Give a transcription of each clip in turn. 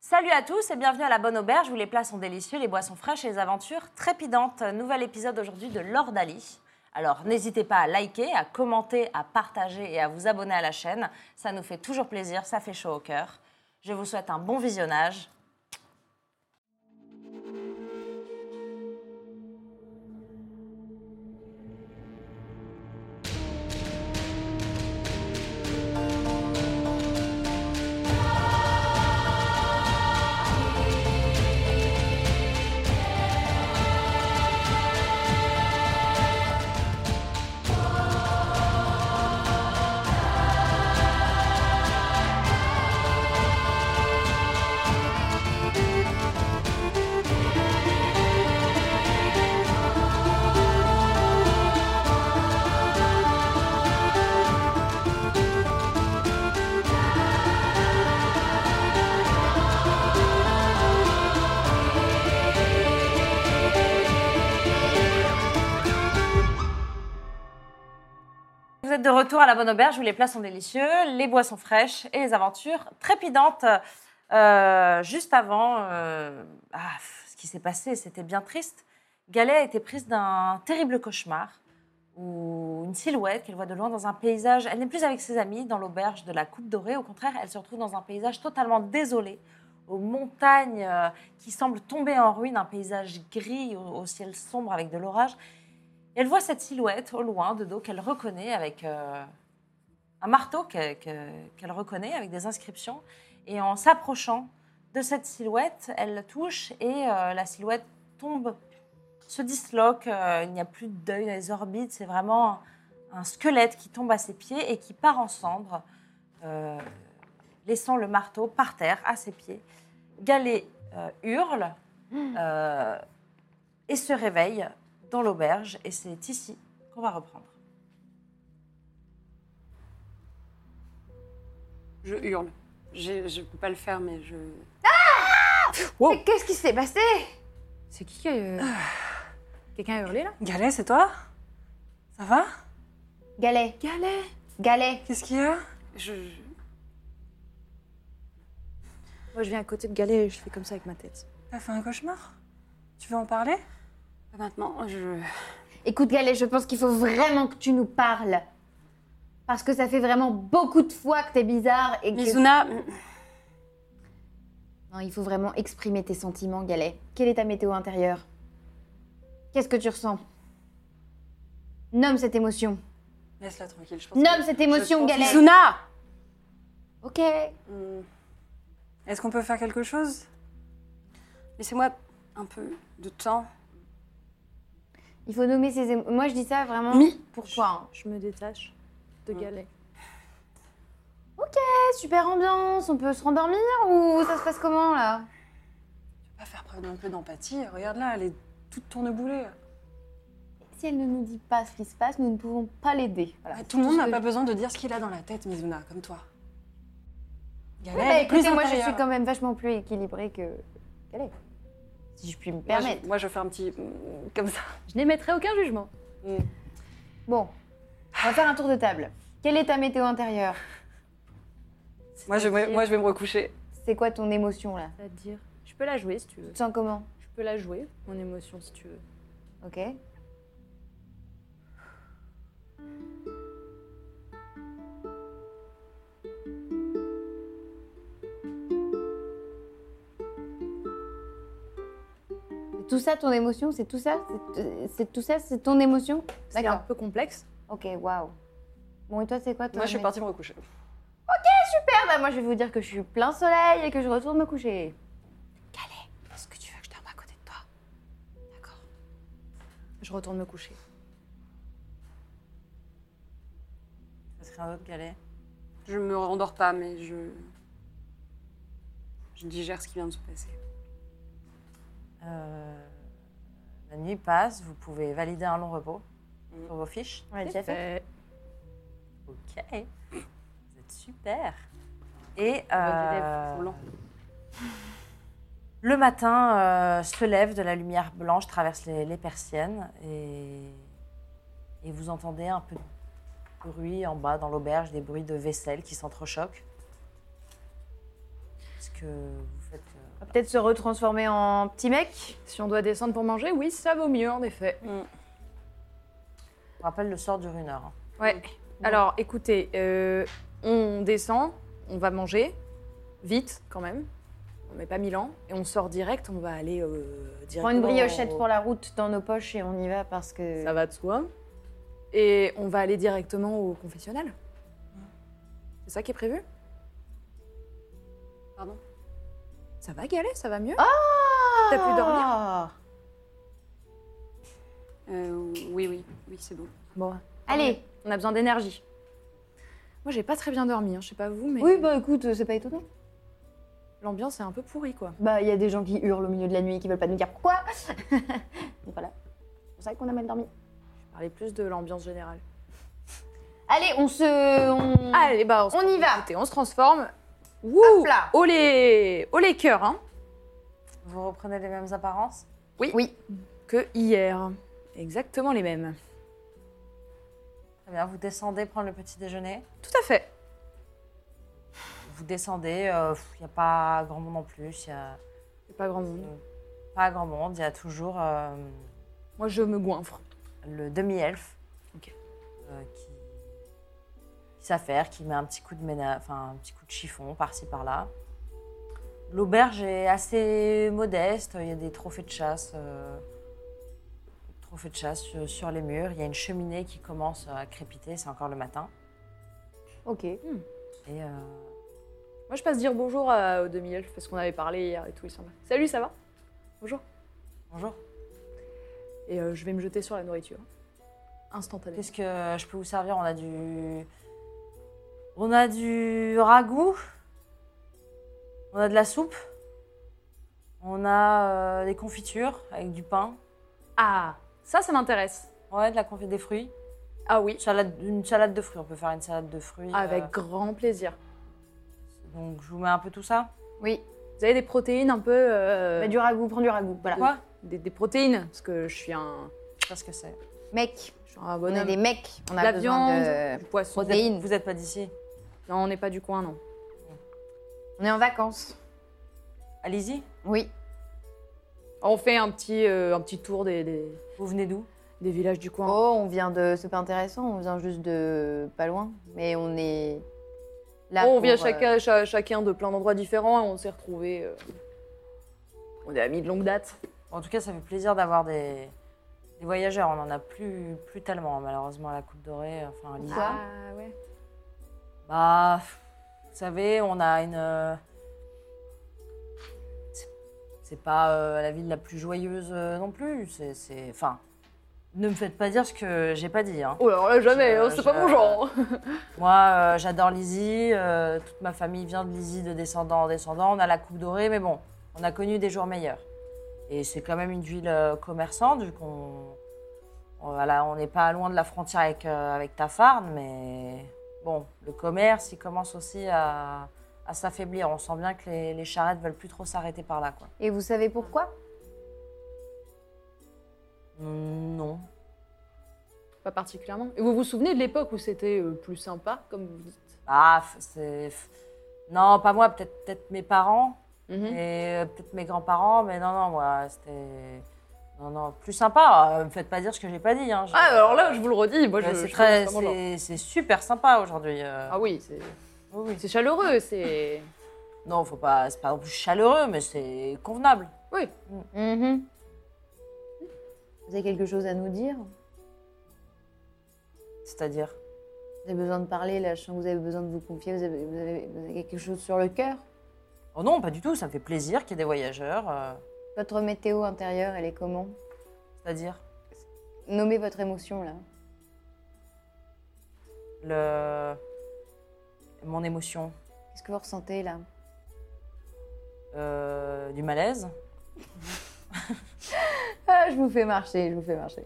Salut à tous et bienvenue à la Bonne Auberge où les plats sont délicieux, les boissons fraîches et les aventures trépidantes. Nouvel épisode aujourd'hui de Lord Ali. Alors n'hésitez pas à liker, à commenter, à partager et à vous abonner à la chaîne. Ça nous fait toujours plaisir, ça fait chaud au cœur. Je vous souhaite un bon visionnage. Vous êtes de retour à la Bonne Auberge où les plats sont délicieux, les boissons fraîches et les aventures trépidantes. Euh, juste avant, euh, ah, pff, ce qui s'est passé, c'était bien triste. Galet a été prise d'un terrible cauchemar où une silhouette qu'elle voit de loin dans un paysage. Elle n'est plus avec ses amis dans l'auberge de la Coupe Dorée. Au contraire, elle se retrouve dans un paysage totalement désolé, aux montagnes euh, qui semblent tomber en ruine, un paysage gris au- au ciel sombre avec de l'orage. Et elle voit cette silhouette au loin, de dos, qu'elle reconnaît avec euh, un marteau que- que- qu'elle reconnaît avec des inscriptions. Et en s'approchant de cette silhouette, elle la touche et euh, la silhouette tombe, se disloque. euh, il n'y a plus de deuil dans les orbites. C'est vraiment un squelette qui tombe à ses pieds et qui part en cendres, euh, laissant le marteau par terre à ses pieds. Galet euh, hurle. euh, et se réveille dans l'auberge. Et c'est ici qu'on va reprendre. Je hurle. J'ai- Je peux pas le faire, mais je. Mais qu'est-ce qui s'est passé C'est qui qui a... euh, Quelqu'un a hurlé, là Galet, c'est toi Ça va Galet. Galet Galet. Qu'est-ce qu'il y a je... je- Moi, je viens à côté de Galet et je fais comme ça avec ma tête. T'as fait un cauchemar Tu veux en parler Pas Maintenant, je. Écoute, Galet, je pense qu'il faut vraiment que tu nous parles. Parce que ça fait vraiment beaucoup de fois que t'es bizarre et que... Mizuna, mm. Non, il faut vraiment exprimer tes sentiments, Galet. Quelle est ta météo intérieure Qu'est-ce que tu ressens Nomme cette émotion. laisse-la tranquille. Je pense Nomme que- cette je émotion, pense- Galet. Mizuna Ok. Hum. Est-ce qu'on peut faire quelque chose Laissez-moi un peu de temps. Il faut nommer ses émotions. Moi, je dis ça vraiment Mi. pour toi. hein. Je me détache de Galet. Eh, Super ambiance, on peut se rendormir ou ça se passe comment, là Je peux pas faire preuve d'un peu d'empathie. Regarde là, elle est toute tourneboulée. Si elle ne nous dit pas ce qui se passe, nous ne pouvons pas l'aider. Voilà, Bah, c'est tout le monde ce n'a que pas je- besoin de dire ce qu'il a dans la tête, Mizuna, comme toi. Galet, Ouais, elle bah, est plus écoutez, moi je intérieure. suis quand même vachement plus équilibrée que qu'elle est. Si je puis me Moi, je- permettre. Moi, je fais un petit. mm, comme ça. Je n'émettrai aucun jugement. Bon, on va faire un tour de table. Quelle est ta météo intérieure Moi je, vais, C'est-à-dire- moi, je vais me recoucher. C'est quoi ton émotion là C'est-à-dire Je peux la jouer si tu veux. Tu te sens comment Je peux la jouer, mon émotion si tu veux. Ok. C'est Tout ça, ton émotion, c'est tout ça C'est- C'est tout ça, c'est ton émotion C'est un D'accord. peu complexe. Ok, waouh. Bon, et toi, c'est quoi ton Moi, je suis émotion partie me recoucher. Ah bah, moi, je vais vous dire que je suis plein soleil et que je retourne me coucher. Est-ce que tu veux que je dorme à côté de toi Je retourne me coucher. Ça serait un autre galet. Je me rendors pas, mais je. Je digère ce qui vient de se passer. Euh, la nuit passe, vous pouvez valider un long repos Mm. sur vos fiches. On l'a déjà fait. Euh, Ok. Vous êtes super. Et Bonnes euh, élèves sont lents. le matin euh, se lève de la lumière blanche, traverse les, les persiennes et, et vous entendez un peu de bruit en bas dans l'auberge, des bruits de vaisselle qui s'entrechoquent. Est-ce que vous faites. euh, Ah, On va peut-être se retransformer en petit mec. Si on doit descendre pour manger, oui, ça vaut mieux en effet. Je vous rappelle, le sort dure une heure. hein. Ouais. Alors, écoutez, euh, on descend, on va manger, vite quand même. On met pas mille ans et on sort direct. On va aller euh, direct. Prends une briochette pour la route dans nos poches et on y va parce que. Ça va de soi. Et on va aller directement au confessionnal. C'est ça qui est prévu Pardon Ça va, Galet Ça va mieux T'as pu dormir Ah Euh, Oui, oui, oui, c'est bon. Bon, Allez on a besoin d'énergie. Moi, j'ai pas très bien dormi, hein. je sais pas vous, mais Oui, bah écoute, euh, c'est pas étonnant. l'ambiance est un peu pourrie, quoi. Bah, il y a des gens qui hurlent au milieu de la nuit qui veulent pas nous dire pourquoi. Donc voilà. C'est pour ça qu'on a mal dormi. Je parlais plus de l'ambiance générale. Allez, on se. On... Allez, bah, on, Mm. on y va Écoutez, on se transforme. Wouh Hop là Oh les, oh les cœurs, hein Vous reprenez les mêmes apparences Oui. Que hier. Exactement les mêmes. Très bien, vous descendez prendre le petit déjeuner. Tout à fait. Vous descendez, euh, il n'y a pas grand monde en plus, il n'y a C'est pas grand monde. pas grand monde, il y a toujours euh, Moi, je me goinfre. le demi-elfe Ok. euh, qui, qui s'affaire, qui met un petit coup de, ména- enfin, un petit coup de chiffon par-ci par-là. L'auberge est assez modeste, il y a des trophées de chasse, euh, trophées de chasse sur, sur les murs, il y a une cheminée qui commence à crépiter, c'est encore le matin. Ok. Et, euh, Mm. Moi, je passe dire bonjour à, au demi-elfe parce qu'on avait parlé hier et tout, il semble. Salut, ça va Bonjour. bonjour. Et euh, je vais me jeter sur la nourriture. Instantané. Qu'est-ce que je peux vous servir On a du. On a du ragoût. On a de la soupe. On a euh, des confitures avec du pain. Ah, ça, ça m'intéresse. Ouais, de la confit des fruits. Ah oui. Salade, une salade de fruits. On peut faire une salade de fruits. Avec euh, grand plaisir. donc je vous mets un peu tout ça. Oui. Vous avez des protéines un peu. euh, Bah, du ragoût, prends du ragoût. Voilà. Quoi des, des protéines Parce que je suis un, Je sais pas ce que c'est. Mec, je suis un on est bonhomme. des mecs. On a La besoin de. viande, du poisson. protéines. Protéine. Vous n'êtes pas d'ici. Non, on n'est pas du coin, non. On est en vacances. Allez-y. Oui. On fait un petit, euh, un petit tour des, des, Vous venez d'où des villages du coin. Oh, on vient de. C'est pas intéressant, on vient juste de. Pas loin. Mais on est. Là. Oh, on pour, vient euh, chacun, cha- chacun de plein d'endroits différents et on s'est retrouvés. euh, On est amis de longue date. En tout cas, ça fait plaisir d'avoir des, des voyageurs. On en a plus, plus tellement, malheureusement, à la Coupe Dorée. Enfin, à l'hiver. Pourquoi Ah, ouais. Bah, vous savez, on a une. euh, c'est- C'est pas euh, la ville la plus joyeuse euh, non plus. C'est, c'est- enfin, ne me faites pas dire ce que j'ai pas dit. hein. Oh là là, jamais, Je- hein, c'est pas je- mon genre. Moi, euh, j'adore l'Izy. euh, toute ma famille vient de l'Izy de descendant en descendant. On a la Coupe Dorée, mais bon, on a connu des jours meilleurs. Et c'est quand même une ville euh, commerçante, vu qu'on. on- Voilà, on n'est pas loin de la frontière avec, euh, avec Tafarn, mais bon, le commerce, il commence aussi à, à s'affaiblir. On sent bien que les, les charrettes veulent plus trop s'arrêter par là, quoi. Et vous savez pourquoi Mm, Non. Pas particulièrement. Et vous vous souvenez de l'époque où c'était euh, plus sympa, comme vous dites Ah, f- c'est. f- Non, pas moi, peut-être peut-être mes parents. Mhm. Et euh, peut-être mes grands-parents, mais non, non, moi, c'était. Non, non, plus sympa. euh, Me faites pas dire ce que j'ai pas dit. Hein. je- Ah, alors là, je vous le redis, moi je. Ouais, c'est je- très, c'est pas mon genre. c'est c'est super sympa aujourd'hui. euh. Ah oui, c'est Oui, oui. c'est chaleureux, c'est. Non, faut pas, c'est pas non plus chaleureux, mais c'est convenable. Oui. Mhm. Vous avez quelque chose à nous dire C'est-à-dire, Vous avez besoin de parler, là, je sens que vous avez besoin de vous confier, vous avez, vous avez- vous avez quelque chose sur le cœur oh non, pas du tout. Ça me fait plaisir qu'il y ait des voyageurs. euh, Votre météo intérieure, elle est comment C'est-à-dire Nommez votre émotion, là. le. mon émotion Qu'est-ce que vous ressentez là euh, Du malaise Ah, Je vous fais marcher, je vous fais marcher.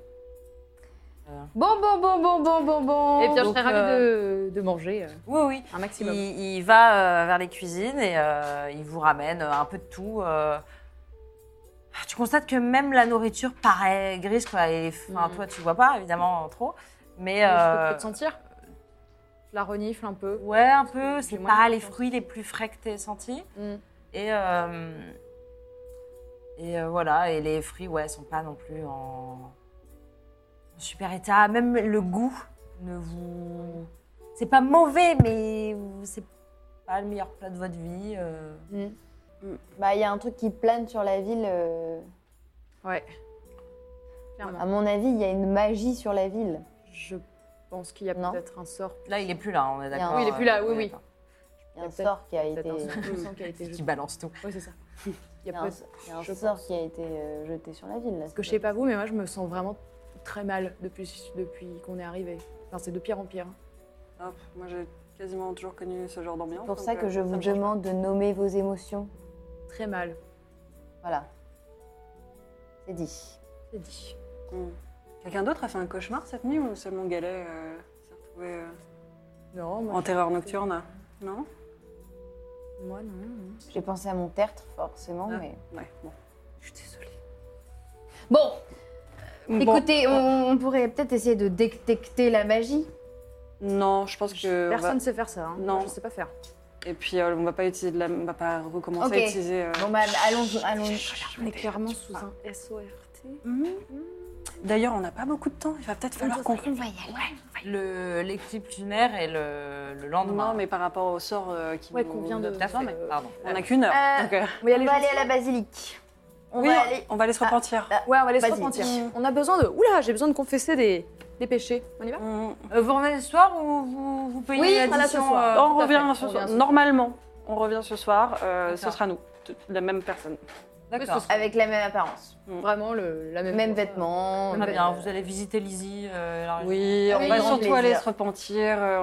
Euh. Bon, bon, bon, bon, bon, bon, bon. Eh bien, je Donc, serais ravie euh, de, de manger euh, Oui, oui. un Il, maximum. il va euh, vers les cuisines et euh, il vous ramène euh, un peu de tout. euh. Ah, Tu constates que même la nourriture paraît grise, quoi. Et, enfin, Mhm. toi, tu vois pas, évidemment, trop. Mais Mais Je peux euh, peut-être sentir. Je la renifle un peu. ouais, un peu. J'ai C'est moins pas de les confiance. fruits les plus frais que t'aies sentis. Mm. Et, euh, et euh, voilà, et les fruits, ouais, sont pas non plus en, en super état. Même le goût ne vous. C'est pas mauvais, mais vous- c'est pas le meilleur plat de votre vie. euh. Mm. Bah, il y a un truc qui plane sur la ville. euh, Ouais. Clairement. À mon avis, il y a une magie sur la ville. Je pense qu'il y a Non. peut-être un sort. Là, il est plus là, on est d'accord. Oui, il est plus là, oui, on est oui. d'accord. Il y a un Il y a sort qui a été. Peut-être un sort- été- un sort qui a été Qui jeté. balance tout. Ouais, c'est ça. Il Il y y a a un, peut-être. il y a un je sort pense. qui a été euh, jeté sur la ville. Là, Parce que je sais pas vous, mais moi, je me sens vraiment très mal depuis, depuis qu'on est arrivé. Enfin, c'est de pire en pire. hein. Hop, moi j'ai quasiment toujours connu ce genre d'ambiance. C'est pour donc, ça que euh, je vous me change demande de nommer vos émotions. Très mal. Voilà. C'est dit. C'est dit. pas. Hmm. Quelqu'un d'autre a fait un cauchemar cette nuit ou seulement Galet euh, s'est retrouvé euh, Non, moi, en terreur nocturne Non moi, non, non. J'ai pensé à mon tertre, forcément, Ah. mais. Ouais, bon. Je suis désolée. Bon, Bon. écoutez, on, on pourrait peut-être essayer de détecter la magie. Non, je pense que. on va- Personne ne sait faire ça. hein. Euh, bah, Non. Je sais pas faire. Et puis euh, on va pas utiliser de la... on va pas recommencer Ok. à utiliser. euh, Bon, bah, allons, allons. On est clairement sous un SORT. Mhm. D'ailleurs, on n'a pas beaucoup de temps. Il va peut-être falloir qu'on. Le- L'éclipse lunaire et le, le lendemain. Non, mais par rapport au sort euh, qui Ouais, nous- qu'on vient de. Tout à fait, mais- euh, pardon. On n'a qu'une heure. Euh, donc, euh, mais On les va gens aller sont- à la basilique. On oui, va aller. on va aller se repentir. Ouais, on va aller se Vas-y. repentir. On a besoin de. Oula, j'ai besoin de confesser des, des péchés. On y va Mm. On, Euh, vous revenez ce soir ou vous, vous payez Oui, l'addition voilà, ce soir. euh, on tout à revient fait, ce on soir. revient ce Normalement, on revient ce soir. euh, ce D'accord. sera nous, t- la même personne. D'accord. Avec la même apparence. Vraiment le, la même. Mm. Même vêtements. Très même- bien, vous allez visiter Lizzie. euh, la région. Oui, Ah on oui, va grand surtout plaisir. aller se repentir. euh,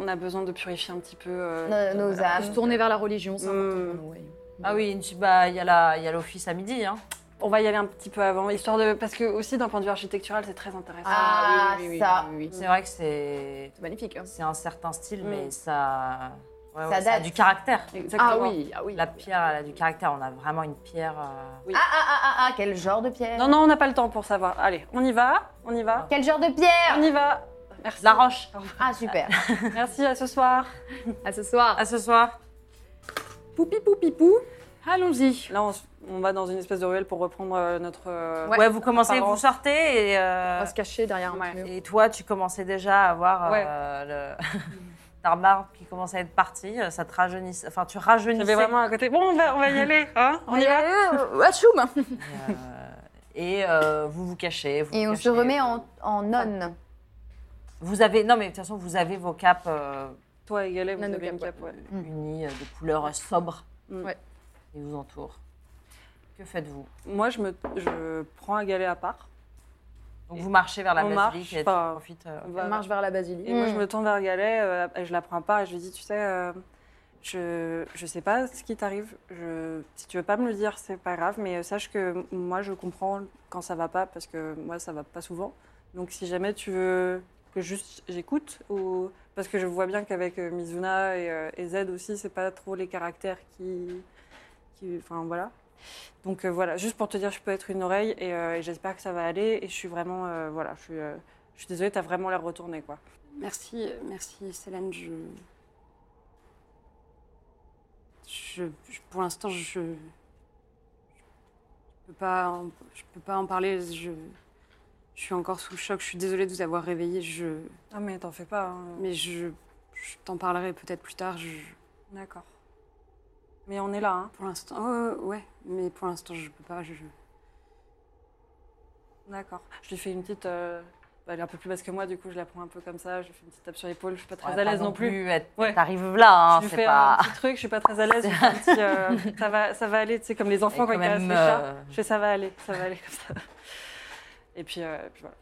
on, on a besoin de purifier un petit peu. euh, nos, nos voilà. On se tourner vers la religion, c'est Mm. important pour nous, ouais. Ah oui, une- bah, il y a la- il y a l'office à midi. Hein. On va y aller un petit peu avant, histoire de parce que aussi d'un point de vue architectural, c'est très intéressant. Ah, oui, oui, oui, ça. oui, oui, oui. C'est vrai que c'est C'est magnifique. hein. c'est un certain style, Mm. mais ça, ouais, Ça ouais, a date. du caractère. Exactement. Ah oui, ah oui. La pierre, elle a du caractère. On a vraiment une pierre. euh, Ah, ah, ah, ah, ah, quel genre de pierre Non, non, on n'a pas le temps pour savoir. Allez, on y va, on y va, Quel genre de Ah. pierre on y va. Merci. La roche. Ah, super. Merci à ce soir. À ce soir. Euh, À ce soir. Ah, Poupi poupi pou. Allons-y. Là, on, s- on va dans une espèce de ruelle pour reprendre euh, notre. euh, Ouais, vous commencez, vous sortez et. euh, On va se cacher derrière un ouais. mur. Et toi, tu commençais déjà à avoir Ouais. euh, le... ta remarque qui commençait à être partie. Ça te rajeunissait. Enfin, tu rajeunissais. J'avais vraiment à côté. Bon, on va, on va y aller, hein On y va. Achoum euh, et euh, vous vous cachez. vous Et vous on se cachez. remet en, en nonne. Vous avez. Non, mais de toute façon, vous avez vos capes euh, Toi et Galet, vous Nano avez une cap, cape, ouais. Mm. unis euh, de couleurs sobres Mm. Ouais. qui vous entourent. Que faites-vous Moi, je me, je prends un Galet à part. Donc Et vous marchez vers la on basilique marche, et tu enfin, profites. euh, On On va- marche vers la basilique. Et moi, je me tourne vers Galet, euh, et je la prends pas, et je lui dis, tu sais, euh, je, je sais pas ce qui t'arrive. Je, si tu veux pas me le dire, c'est pas grave, mais euh, sache que moi, je comprends quand ça va pas, parce que moi, ça va pas souvent. Donc, si jamais tu veux que juste j'écoute, ou parce que je vois bien qu'avec euh, Mizuna et, euh, et Z aussi, c'est pas trop les caractères qui, qui- enfin voilà. Donc euh, voilà, juste pour te dire, je peux être une oreille, et, euh, et j'espère que ça va aller. Et je suis vraiment, euh, voilà, je suis, euh, je suis désolée, t'as vraiment l'air retournée, quoi. Merci, euh, merci Célène. Je... Je, je- pour l'instant, je ne peux, pas en- je peux pas en parler. Je, je suis encore sous le choc. Je suis désolée de vous avoir réveillé. Je, Ah mais t'en fais pas. hein. mais je, je t'en parlerai peut-être plus tard. Je- D'accord. Mais on est là. Hein. pour l'instant, oh, ouais, ouais, mais pour l'instant, je peux pas. Je, D'accord. Je lui fais une petite. euh, bah, elle est un peu plus basse que moi, du coup je la prends un peu comme ça. Je lui fais une petite tape sur l'épaule. Je suis pas très ouais, à pas l'aise non plus. être- Ouais. T'arrives là, hein, je lui c'est fais pas. un petit truc. Je suis pas très à l'aise. je lui fais un petit, euh, ça va, ça va aller. Tu sais comme les enfants Mais quand, quand ils même, hein. caressent les chats. euh, Je fais ça va aller, ça va aller comme ça. Et puis, euh, et puis voilà.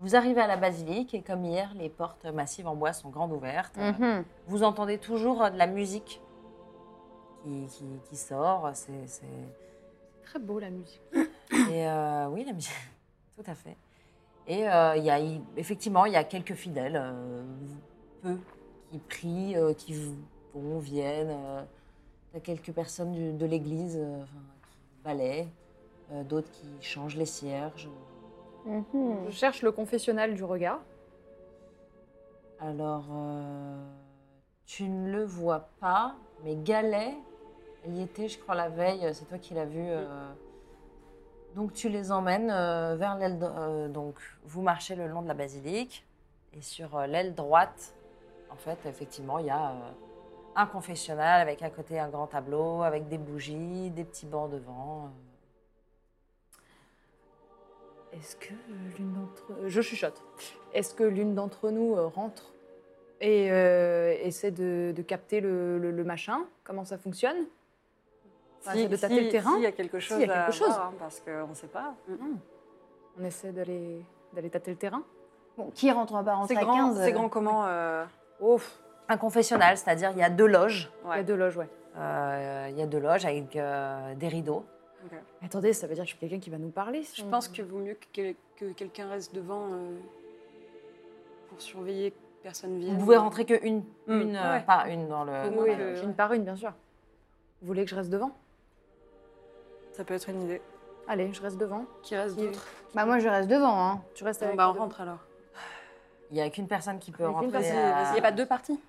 Vous arrivez à la basilique et comme hier, les portes massives en bois sont grandes ouvertes. Mm-hmm. Mhm. Vous entendez toujours euh, de la musique qui, qui- qui sort. C'est, c'est- Très beau la musique. Et euh, oui, la musique, tout à fait. Et euh, il y a, il- effectivement, il y a quelques fidèles, euh, peu, qui prient, euh, qui v- vont, viennent. euh. Il y a quelques personnes du- de l'église euh, enfin, qui balaient, euh, d'autres qui changent les cierges. Mhm. Je cherche le confessionnal du regard. Alors, euh, tu ne le vois pas, mais Galet, elle y était, je crois, la veille. C'est toi qui l'as vu. euh. Donc, tu les emmènes euh, vers l'aile. dro- euh, donc, vous marchez le long de la basilique. Et sur euh, l'aile droite, en fait, effectivement, il y a euh, un confessionnal avec à côté un grand tableau, avec des bougies, des petits bancs devant. euh. Est-ce que euh, l'une d'entre euh, je chuchote. Est-ce que l'une d'entre nous euh, rentre et euh, essaie de, de capter le, le- le machin, comment ça fonctionne Enfin, essaie de tâter le terrain. S'il y a quelque chose, S'il y a à quelque chose. voir, hein, parce qu'on ne sait pas. On essaie d'aller d'aller tâter le terrain. Bon, qui rentre en bas C'est rentre à grand, 15 c'est grand comment euh, ouf. Un confessionnal, c'est-à-dire il y a deux loges. Il y a Ouais. deux loges, ouais. Euh, il y a deux loges avec euh, des rideaux. Attendez, ça veut dire que je suis quelqu'un qui va nous parler. si Je on- pense qu'il vaut mieux que, quel- que quelqu'un reste devant euh, pour surveiller que personne vienne. Vous pouvez rentrer que une, Mm. une, euh, Ouais. par une dans le. dans Oui, la- euh, une par une, bien sûr. Vous voulez que je reste devant Ça peut être une idée. Allez, je reste devant. Qui reste Il- d'autres Bah moi je reste devant. Hein. Tu restes Bon, avec bah, on moi rentre alors. Il n'y a qu'une personne qui peut Il y a rentrer. qu'une Vas-y, euh, vas-y. Il n'y a pas deux parties devant.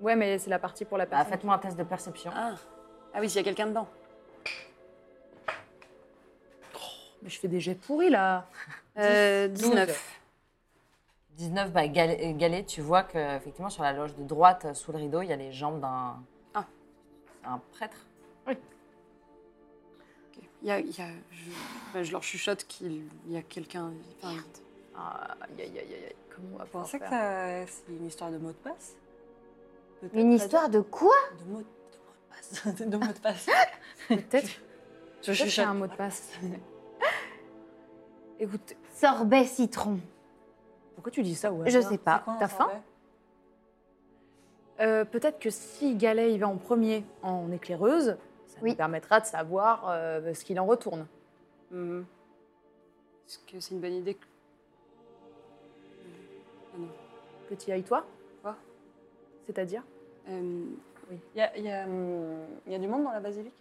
Ouais, mais c'est la partie pour la bah, personne. Faites-moi un test de perception. Ah, ah oui, s'il y a quelqu'un dedans. Mais je fais des jets pourris là. Euh, 19. 19, bah, Gal- Galet, tu vois que effectivement sur la loge de droite, euh, sous le rideau, il y a les jambes d'un. Ah. Un prêtre. Ok. Il y a, il y a- je, bah, je leur chuchote qu'il y a quelqu'un. enfin, Ah, Aïe, aïe, aïe, aïe, aïe. Comment on va On pouvoir sait que faire euh, ça- c'est une histoire de mot de passe. Peut-être Une histoire de quoi pas de mot de, mot de passe. de mot de passe. Peut-être Je Peut-être qu'il y chuchote. a un mot de passe. Écoute, Sorbet citron. pourquoi tu dis ça ouais Je sais pas. Ah, Quoi, on T'as s'en faim va Euh, Peut-être que si Galet y va en premier en éclaireuse, ça Oui. nous permettra de savoir euh, ce qu'il en retourne. Mhm. Hum. Est-ce que c'est une bonne idée que- Petit aïe toi Quoi C'est-à-dire euh, Il y, a- il y a, hum, il y a du monde dans la basilique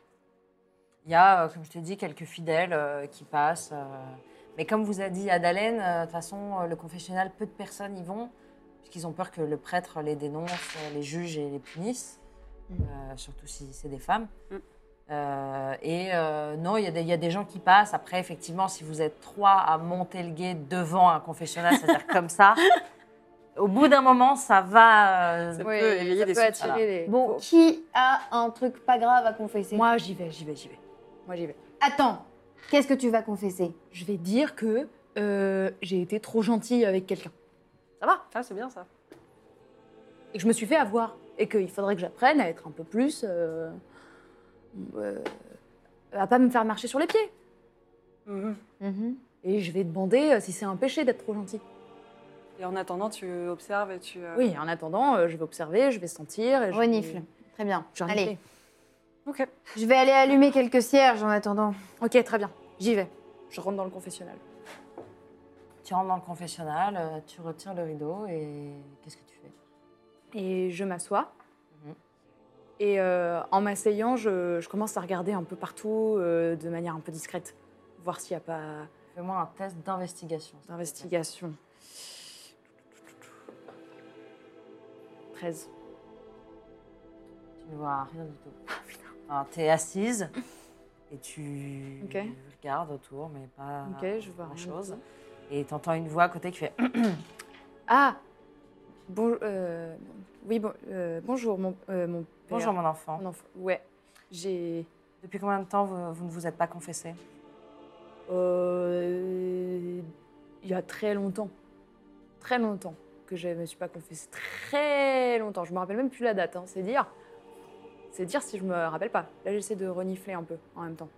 Il y a, euh, comme je te dis, quelques fidèles euh, qui passent. euh, Mais comme vous a dit Adalène, euh, de toute façon, euh, le confessionnal, peu de personnes y vont, puisqu'ils ont peur que le prêtre les dénonce, euh, les juge et les punisse, euh, surtout si c'est des femmes. Mm. Euh, et euh, non, il y, a des- il y a des gens qui passent. Après, effectivement, si vous êtes trois à monter le guet devant un confessionnal, c'est-à-dire comme ça, au bout d'un moment, ça va. euh, Ça peut éveiller des soupçons. attirer les... Bon, qui a un truc pas grave à confesser Moi, j'y vais, j'y vais, j'y vais. Moi, j'y vais. Attends, qu'est-ce que tu vas confesser Je vais dire que euh, j'ai été trop gentille avec quelqu'un. Ça va Ah, c'est bien ça. Et que je me suis fait avoir. Et qu'il faudrait que j'apprenne à être un peu plus. euh, euh, à pas me faire marcher sur les pieds. Mm-hmm. Et je vais demander euh, si c'est un péché d'être trop gentil. Et en attendant, tu observes et tu. euh, Oui, en attendant, euh, je vais observer, je vais sentir. Et je vais- Renifle. Très bien. Je vais Allez, renifler. Ok. je vais aller allumer quelques cierges en attendant. Ok, très bien. J'y vais. Je rentre dans le confessionnal. Tu rentres dans le confessionnal, euh, tu retires le rideau et qu'est-ce que tu fais Et je m'assois. Mhm. Et euh, en m'asseyant, je, je commence à regarder un peu partout euh, de manière un peu discrète. Voir s'il n'y a pas Fais-moi un test d'investigation. s'il te plaît. d'investigation. 13. Tu ne vois rien du tout. Ah, Alors, t'es assise et tu Ok. regardes autour, mais pas Ok, je vois rien chose. du Et t'entends une voix à côté qui fait Hum, Ah bon, euh, Oui, bon, euh, bonjour, mon, euh, mon père. Bonjour, mon enfant. Mon enfant. Ouais, j'ai. Depuis combien de temps vous, vous ne vous êtes pas confessé Euh, il y a très longtemps. Très longtemps que je ne me suis pas confessée. Très longtemps. Je me rappelle même plus la date. hein. C'est dire. C'est dire si je me rappelle pas. Là, j'essaie de renifler un peu en même temps.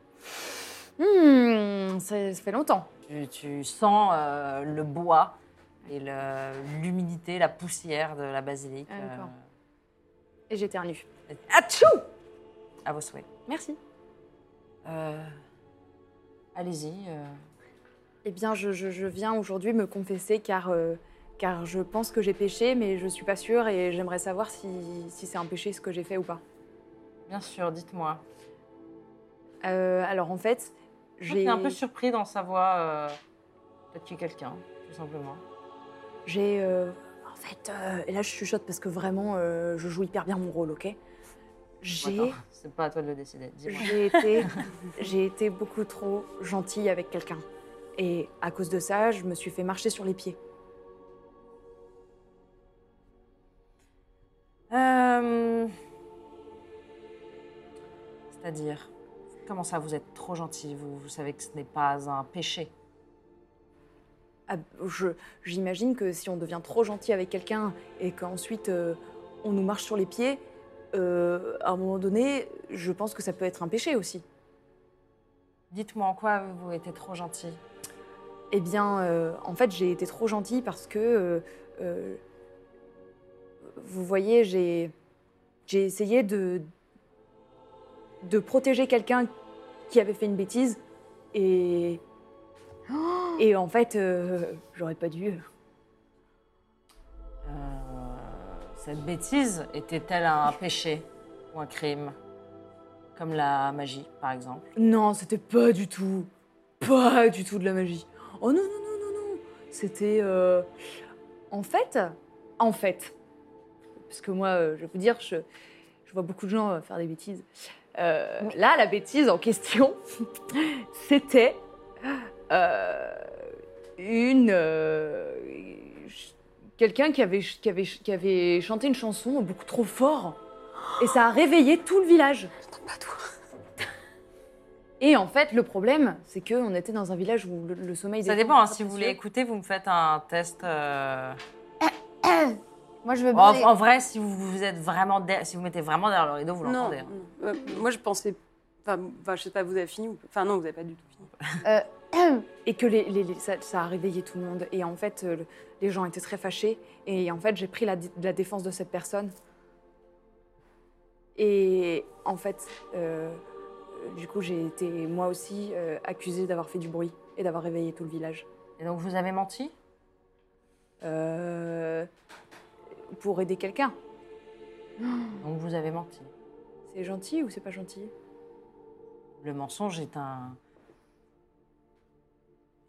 Hmm, ça, ça fait longtemps. tu, tu sens euh, le bois et le- l'humidité, la poussière de la basilique. Ah, d'accord. Et j'éternue. euh, et- Atchou À vos souhaits. Merci. Euh, Allez-y. euh, Eh bien, je, je- je viens aujourd'hui me confesser car, euh, car je pense que j'ai péché, mais je suis pas sûre et j'aimerais savoir si, si c'est un péché ce que j'ai fait ou pas. bien sûr, dites-moi. Euh, alors en fait, Je suis j'ai Ah, un peu surpris dans sa voix. euh, Peut-être qu'il y a quelqu'un, tout simplement. j'ai, euh, en fait, euh, et là je chuchote parce que vraiment euh, je joue hyper bien mon rôle, ok J'ai Attends, C'est pas à toi de le décider. Dis-moi. j'ai été j'ai été beaucoup trop gentille avec quelqu'un et à cause de ça, je me suis fait marcher sur les pieds. Euh, C'est-à-dire, comment ça, vous êtes trop gentil vous, vous savez que ce n'est pas un péché. Ah, je- J'imagine que si on devient trop gentil avec quelqu'un et qu'ensuite euh, on nous marche sur les pieds, euh, à un moment donné, je pense que ça peut être un péché aussi. Dites-moi en quoi vous étiez trop gentil. Eh bien, euh, en fait, j'ai été trop gentille parce que, euh, euh, vous voyez, j'ai j'ai essayé de, de protéger quelqu'un qui avait fait une bêtise et, et en fait, euh, j'aurais pas dû. Euh, cette bêtise était-elle un péché ou un crime Comme la magie, par exemple. Non, c'était pas du tout, pas du tout de la magie. Oh non, non, non, non, non. C'était. euh, En fait, en fait. Parce que moi, euh, je vais vous dire, je, je vois beaucoup de gens euh, faire des bêtises. Euh, Là, la bêtise en question, c'était. euh, une. euh, ch- Quelqu'un qui avait, ch- qui, avait, ch- qui avait chanté une chanson beaucoup trop fort. Et ça a réveillé tout le village. Et en fait, le problème, c'est qu'on était dans un village où le, le sommeil. Ça des gens dépend, hein, était si vous précieux. voulez écouter, vous me faites un test. euh, Moi, je veux bien. En, les- en vrai, si vous, vous êtes vraiment der- si vous mettez vraiment derrière le rideau, vous Non, l'entendez. hein. non. Euh, moi je pensais. Enfin, enfin, je sais pas, vous avez fini ou pas Enfin, non, vous avez pas du tout fini. Et que les, les- les- ça, ça a réveillé tout le monde. Et en fait, euh, le- les gens étaient très fâchés. Et en fait, j'ai pris la, dé- la défense de cette personne. Et en fait, euh, du coup, j'ai été moi aussi euh, accusée d'avoir fait du bruit et d'avoir réveillé tout le village. Et donc, vous avez menti Euh, pour aider quelqu'un. Donc, vous avez menti. C'est gentil ou c'est pas gentil Le mensonge est un.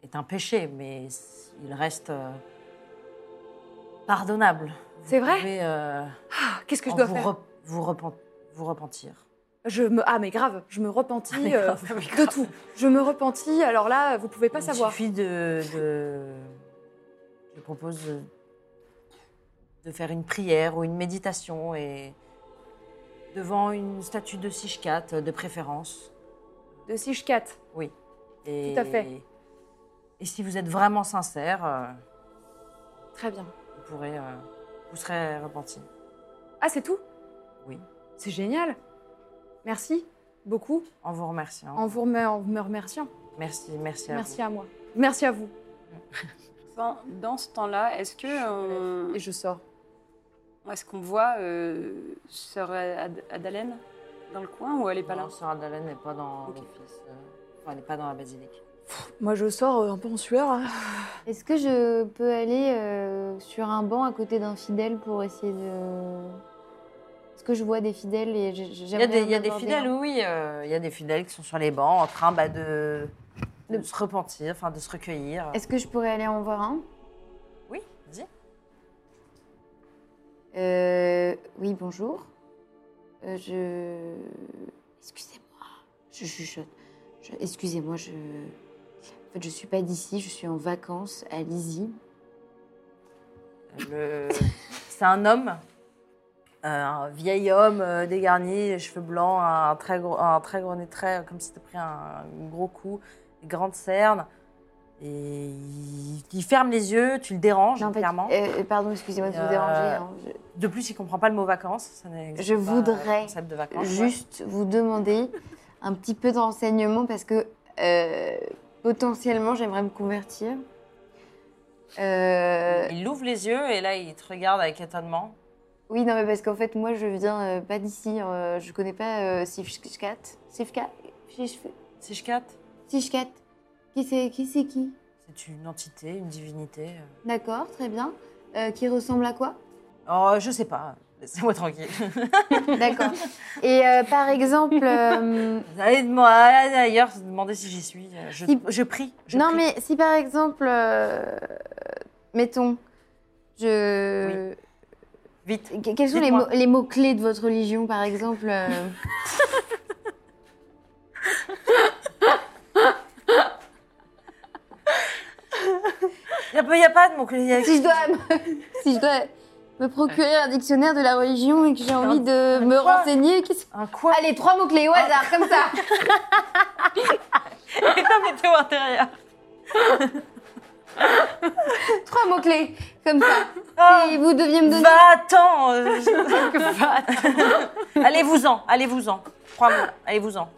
est un péché, mais s- il reste. euh, pardonnable. Vous C'est vrai pouvez, euh, Ah, Qu'est-ce que je en dois vous, faire rep- vous, repen- vous repentir. Je me ah mais grave, je me repentis Ah, mais euh, grave, mais de tout. Je me repentis. Alors là, vous pouvez pas il savoir. suffit de, de- Je propose de, de faire une prière ou une méditation et. devant une statue de Sishkat, de préférence. De Sishkat. Et- Tout à fait. Et si vous êtes vraiment sincère, euh, Très bien. vous pourrez, euh, vous serez repenti. Ah c'est tout Oui. C'est génial. Merci beaucoup En vous remerciant. en vous rem- en me remerciant. Merci, merci à Merci vous. à moi. Merci à vous. Enfin, dans ce temps-là, est-ce que. euh, Et je sors. Est-ce qu'on voit euh, Sœur Ad- Adalène dans le coin ou elle est pas là Non, Sœur Adalène n'est pas dans Ok. l'office. euh, enfin, elle n'est pas dans la basilique. Moi je sors euh, un peu en sueur. hein. Est-ce que je peux aller euh, sur un banc à côté d'un fidèle pour essayer de. Est-ce que je vois des fidèles et j'ai- j'ai- Il y a j'aimerais des, il y a en des aborder fidèles, un oui. euh, Il y a des fidèles qui sont sur les bancs en train bah, de, de se repentir, enfin de se recueillir. Est-ce que je pourrais aller en voir un Oui, dis. Euh, oui, bonjour. Euh, je. Excusez-moi, je chuchote. Je- Excusez-moi, je. En fait, je suis pas d'ici, je suis en vacances à Lizy. Le- C'est un homme, euh, un vieil homme euh, dégarni, les cheveux blancs, un très gros, un très gros nez, très, comme si c'était pris un, un gros coup, des grandes cernes. Et il, il ferme les yeux, tu le déranges, Non, en fait, clairement. euh, pardon, excusez-moi de vous Euh, déranger. hein. De plus, il comprend pas le mot vacances. Ça n'existe Je pas, euh, voudrais le concept de Je- vacances. Juste vous demander un petit peu de renseignements parce que euh, potentiellement j'aimerais me convertir. Euh, Il ouvre les yeux et là, il te regarde avec étonnement. Oui, non, mais parce qu'en fait, moi, je viens euh, pas d'ici. euh, je connais pas euh, Sifkat. Sifkat Si je capte, Sifkat Qui c'est qui, c'est qui c'est une entité, une divinité. D'accord, très bien. Euh, qui ressemble à quoi Oh, je sais pas. Laissez-moi tranquille. D'accord. Et euh, par exemple. euh, Allez, moi, d'ailleurs, demandez si j'y suis. euh, Je, Si- je prie. je non, prie. mais si par exemple. euh, mettons. Je. Vite. Que- Quels sont les, Dites-moi. mots- les mots-clés de votre religion, par exemple euh, Il n'y a, pas de mot clé. y a- si, je dois me, si je dois me procurer un dictionnaire de la religion et que j'ai envie de me quoi renseigner. qu'est-ce- Un quoi Allez, trois mots-clés au hasard, comme ça. la météo intérieure. Trois mots-clés, comme ça. Ah, Et vous deviez me donner. Va-t'en euh, je- Allez-vous-en, allez-vous-en. Trois mots, allez-vous-en.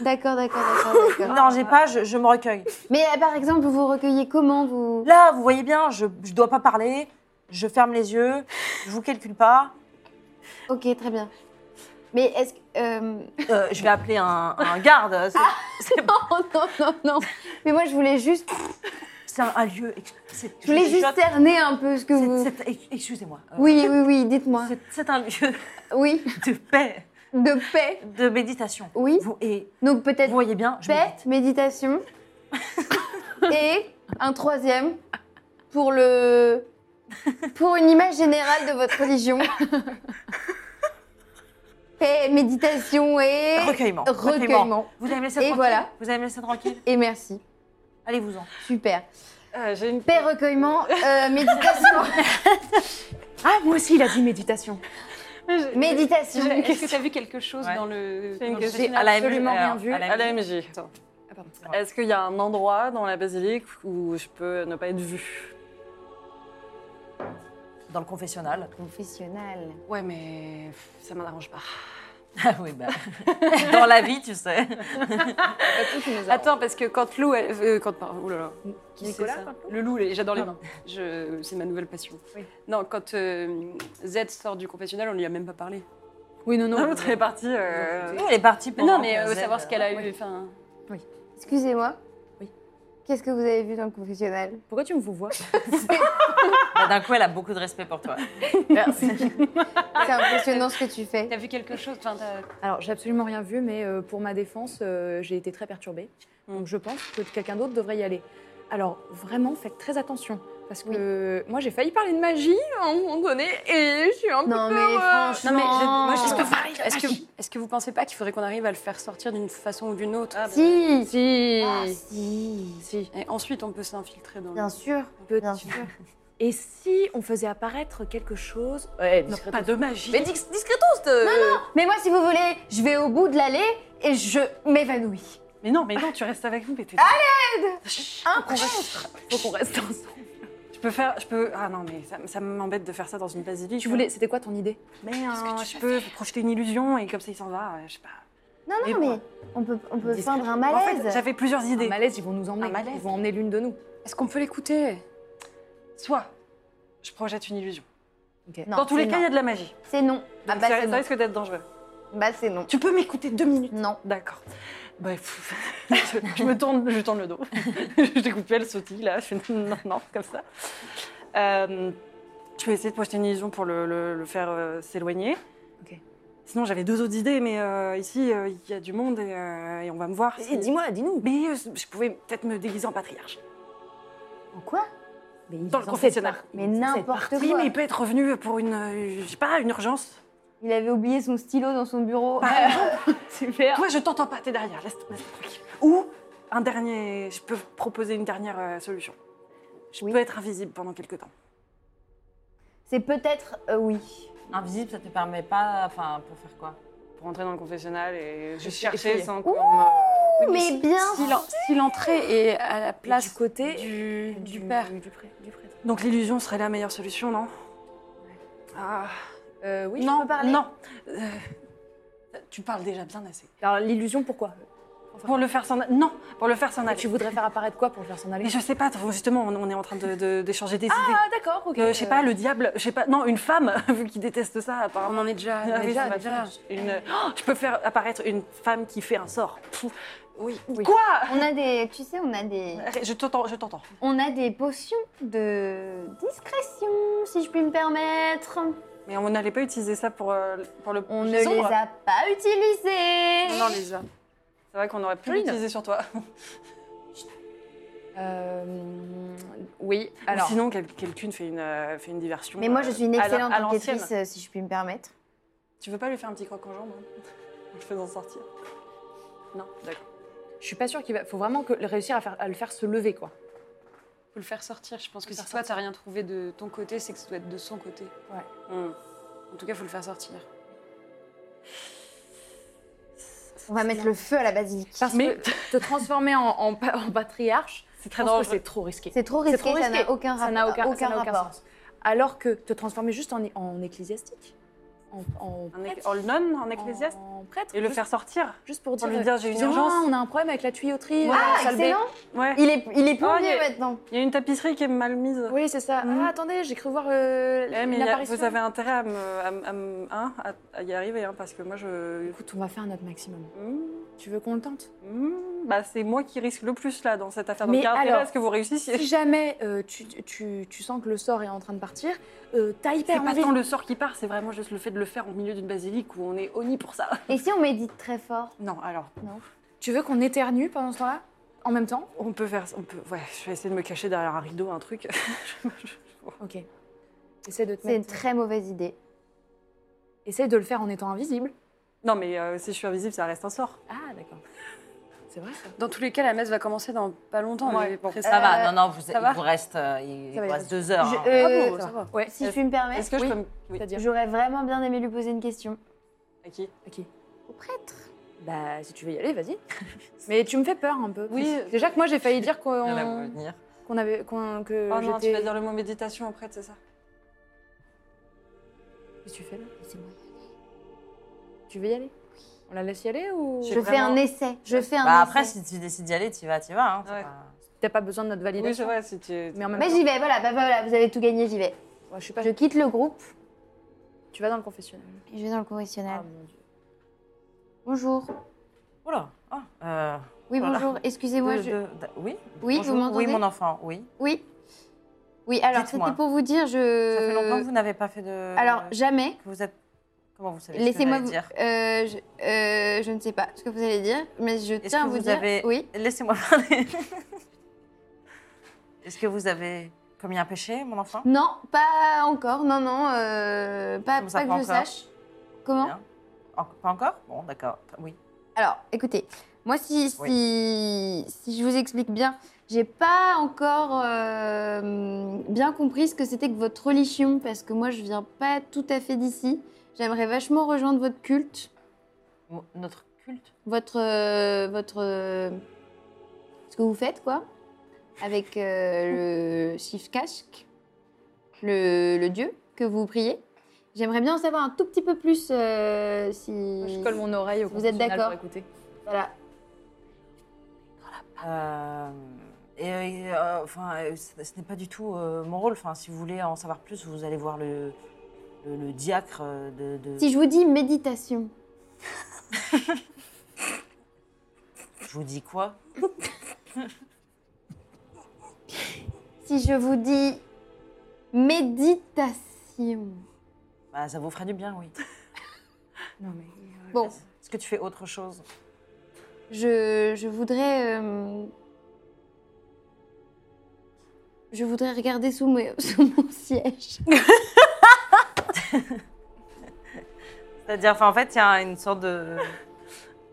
D'accord, d'accord, d'accord, d'accord. Non, j'ai pas, je, je me recueille. Mais euh, par exemple, vous vous recueillez comment vous Là, vous voyez bien, je, je dois pas parler, je ferme les yeux, je vous calcule pas. Ok, très bien. Mais est-ce que. euh, Euh, je vais appeler un, un garde. C'est- C'est Oh non, non, non. Mais moi, je voulais juste, c'est un, un lieu. ex- c'est- je voulais suis juste choquée. cerner un peu ce que C'est- vous. c'est- ex- Excusez-moi. Euh, Oui, oui, oui, dites-moi. c'est- C'est un lieu Oui, de paix, de paix. de méditation. Oui. Vous, et Donc vous peut-être voyez bien, je paix, médite. méditation. Et un troisième pour le. Pour une image générale de votre religion. Paix, méditation et. Recueillement. Recueillement. Vous allez me laisser Et tranquille. voilà. Vous allez me laisser tranquille. Et merci. Allez-vous-en. Super. Ah, J'ai une Paix, recueillement, euh, méditation. Ah, moi aussi, il a dit méditation. méditation. Est-ce que tu as vu quelque chose Ouais. dans le. J'ai une dans le question. génie- J'ai absolument euh, rien vu. à l'AMJ. Est-ce qu'il y a un endroit dans la basilique où je peux ne pas être vue Dans le confessionnal. Confessionnal. Ouais, mais ça m'arrange pas. Ah oui, bah. Dans la vie, tu sais. Attends, parce que quand Lou. elle- euh, quand, pardon, oh là là. Qui c'est Nicolas, ça quand Le loup, les- j'adore les Ah. mains. Je- C'est ma nouvelle passion. Oui. Non, quand euh, Z sort du confessionnel, on lui a même pas parlé. Ah, Oui, non, non. Non, L'autre est parti. Nous, elle est partie pour. non, mais euh, savoir ce qu'elle a eu. Enfin, Excusez-moi. Oui. Qu'est-ce que vous avez vu dans le confessionnal Pourquoi tu me vous vois Bah, D'un coup, elle a beaucoup de respect pour toi. C'est impressionnant ce que tu fais. t'as vu quelque chose Enfin, t'as- Alors, j'ai absolument rien vu, mais euh, pour ma défense, euh, j'ai été très perturbée. Donc, je pense que quelqu'un d'autre devrait y aller. Alors, vraiment, faites très attention. Parce que moi, j'ai failli parler de magie à un moment donné et je suis Ah. un Non peu. mais peur, euh. franchement. Non, mais je- moi, je- est-ce que, vous, est-ce que- est-ce que vous pensez pas qu'il faudrait qu'on arrive à le faire sortir d'une façon ou d'une autre Si. Si. Ah, si. si. Et ensuite, on peut s'infiltrer dans le. Bien sûr. Bien sûr. Et si on faisait apparaître quelque chose Ouais, discrètement. de magie. Mais dis- discretos de- Mais moi, si vous voulez, je vais au bout de l'allée et je m'évanouis. Mais non, mais non, tu restes avec nous. Mais Ah t'es- Ah, Un prêtre. Faut qu'on reste ensemble. je peux faire, je peux. Ah non, mais ça, ça m'embête de faire ça dans une basilique. Tu voulais. C'était quoi ton idée Mais euh, je peux projeter une illusion et comme ça il s'en va. euh, Je sais pas. Non, Et non, moi mais on peut, on peut Discret. feindre un En fait, malaise. j'avais plusieurs Un idées. malaise, ils vont nous emmener. Un malaise. Ils vont emmener l'une de nous. Est-ce qu'on peut l'écouter Soit je projette une illusion. Non, dans tous les c'est cas, il y non. a de la magie. c'est non. Ah Donc bah ça- c'est ça non. risque d'être dangereux. Bah c'est non. Tu peux m'écouter deux minutes Non. D'accord. Bah, pff, je, je me tourne, je tourne le dos. je découpe elle sautille là. Je fais non, non, comme ça. Euh, je vais essayer de projeter une illusion pour le, le- le faire euh, s'éloigner. Ok. Sinon, j'avais deux autres idées, mais euh, ici, euh, il y a du monde et, euh, et on va me voir. si- dis-moi, dis-nous. Mais euh, je pouvais peut-être me déguiser en patriarche. En quoi Mais ils Dans le en confessionnal. savent pas. Mais Ils en savent n'importe Oui, quoi. mais il peut être revenu pour une, euh, je sais pas, une urgence. Il avait oublié son stylo dans son bureau. pas. Super. Toi, je t'entends pas, t'es derrière, laisse, laisse tranquille. Ou un dernier, je peux proposer une dernière euh, solution. Je Oui. peux être invisible pendant quelques temps. C'est peut-être euh, oui. Invisible, ça te permet pas. Enfin, pour faire quoi Pour entrer dans le confessionnal et je chercher sans qu'on mais bien Si l'en- si l'entrée est à la place Du côté du, du du père. Du, prêtre. Du prêtre. Donc l'illusion serait la meilleure solution, non Ah, Euh, oui. non, peux parler non. Euh, tu parles déjà bien assez. Alors l'illusion, pourquoi Pour le faire s'en a- Non, pour le faire s'en aller. Tu voudrais faire apparaître quoi pour le faire s'en aller Mais je sais pas, justement, on on est en train de- de- d'échanger des idées. Ah, d'accord, ok. Euh, je sais pas, le diable, je sais pas, non, une femme, vu qu'il déteste ça, On apparemment. en est déjà, on Ah est oui, déjà, ça va déjà là. faire une- Oh, je peux faire apparaître une femme qui fait un sort. Pfff. Oui. Quoi On a des, tu sais, on a des, Je t'entends, je t'entends. on a des potions de discrétion, si je puis me permettre. Mais on n'allait pas utiliser ça pour, euh, pour le On ne les les ombres. a pas utilisées. Non, les a. C'est vrai qu'on aurait pu Flynn. l'utiliser sur toi. Euh, oui, Alors. alors. Sinon, quel- quelqu'un fait une, euh, fait une diversion. Mais moi, euh, je suis une à la- excellente à l'ancienne. enquêtrice, euh, si je puis me permettre. Tu veux pas lui faire un petit croc en jambe hein, En le faisant sortir Non, d'accord. Je suis pas sûre qu'il va. Faut vraiment que réussir à, faire- à le faire se lever, quoi. Faut le faire sortir. Je pense que Faut si faire toi t'as rien trouvé de ton côté, c'est que ça doit être de son côté. Hmm. En tout cas, faut le faire sortir. On va mettre le feu à la basilique. Parce Mais- que te transformer en, en pa- en patriarche, C'est je très pense que dangereux. c'est trop risqué. C'est trop C'est risqué, trop ça risqué. n'a aucun, Ça rapport- n'a aucun, ça aucun n'a aucun rapport. sens. Alors que te transformer juste en, en ecclésiastique, en, en Un éc- prêtre, En le non, en ecclésiaste en prêtre, Et le juste- faire sortir juste pour dire, lui dire, j'ai une excusez-moi, urgence. on a un problème avec la tuyauterie, Voilà. euh, Ah, salle B. excellent Ouais. Il est, il est Oh, plombier il est- maintenant. Il y a une tapisserie qui est mal mise. Oui, c'est ça. Mhm. Ah, attendez, j'ai cru voir euh, Eh, mais une il y a- apparition. vous avez intérêt à, me, à, me- à me- hein, à- à y arriver, hein, parce que moi je. Écoute, on va faire notre maximum. Hmm, Tu veux qu'on le tente hmm, bah, c'est moi qui risque le plus là dans cette affaire. Donc, Mais il y a intérêt alors- à ce que vous réussissiez. Si jamais euh, tu, tu- tu sens que le sort est en train de partir, euh, t'as C'est hyper pas envie. tant le sort qui part, c'est vraiment juste le fait de le faire au milieu d'une basilique où on est honni pour ça. Et si on médite très fort Non, alors Tu veux qu'on éternue pendant ce temps-là En même temps on peut faire, on peut, ouais, je vais essayer de me cacher derrière un rideau, un truc. Je- je- Ok. Essaie de te C'est une mettre... très mauvaise idée. Essaie de le faire en étant invisible. non, mais euh, si je suis invisible, ça reste un sort. Ah, d'accord. C'est vrai, ça. Dans tous les cas, la messe va commencer dans pas longtemps. Ouais, mais bon. après, Ça va, Euh, non, non, vous, va il vous reste, euh, il Ça va, vous reste vas-y. deux heures. Je- hein. Ah euh, ça va. Ouais. si je puis me Est-ce permettre, que oui. je peux me. Oui. C'est-à-dire j'aurais vraiment bien aimé lui poser une question. À qui Au prêtre Bah, si tu veux y aller, vas-y. Mais tu me fais peur un peu. Oui. Déjà que moi, j'ai failli dire qu'on Elle va venir. qu'on avait qu'on que Euh, Oh non, tu j'étais- vas dire le mot méditation après, c'est ça Qu'est-ce que tu fais là Tu veux y aller On la laisse y aller ou Je fais vraiment- un essai. Je fais un Bah, après, essai. si tu décides d'y aller, tu vas, tu vas. Hein, c'est Ouais. pas- T'as pas besoin de notre validation. Oui, c'est vrai. Si tu. Mais en même Mais temps, j'y vais, voilà, bah voilà, vous avez tout gagné, j'y vais. ouais, je suis pas. Je quitte le groupe Tu vas dans le confessionnal. et je vais dans le correctionnel. Ah, mon Dieu. Bonjour. Oula. Ah, euh, Oui, Voilà. bonjour. Excusez-moi, de- je... de- de- Oui Oui, vous Bonjour. Oui, m'entendez mon enfant, oui. Oui. Oui, alors Dites-moi. c'était pour vous dire, je... Ça fait longtemps que vous euh, n'avez pas fait de... Euh, Alors, jamais. que vous êtes... Comment vous savez ce que Laissez-moi j'allais vous... dire euh, je... euh, je ne sais pas ce que vous allez dire, mais je Est-ce tiens à que vous, vous dire... avez- Oui. Laissez-moi parler. Est-ce que vous avez commis un péché, mon enfant Non, pas encore, non, non, euh, pas, Comment ça, pas que pas je encore sache. Comment Bien. En- Pas encore Bon, d'accord. Oui. Alors, écoutez, moi, si, si, si je vous explique bien, j'ai pas encore euh, bien compris ce que c'était que votre religion, parce que moi, je viens pas tout à fait d'ici. J'aimerais vachement rejoindre votre culte, Mo- Notre culte votre. euh, votre euh, ce que vous faites, quoi, avec euh, le Shivkashk, le, le dieu que vous priez. J'aimerais bien en savoir un tout petit peu plus euh, si. Moi, Je colle mon oreille au Vous êtes confessionnal d'accord pour écouter. Voilà. Euh, et euh, enfin, euh, ce ce n'est pas du tout euh, mon rôle. Enfin, si vous voulez en savoir plus, vous allez voir le, le, le diacre euh, de. de- Si je vous dis méditation. je vous dis quoi Si je vous dis méditation. Bah, Ça vous ferait du bien, oui. Non mais. Bon, Est-ce que tu fais autre chose je, je voudrais. euh, je voudrais regarder sous, mes- sous mon siège. C'est-à-dire, enfin, en fait, il y a une sorte de.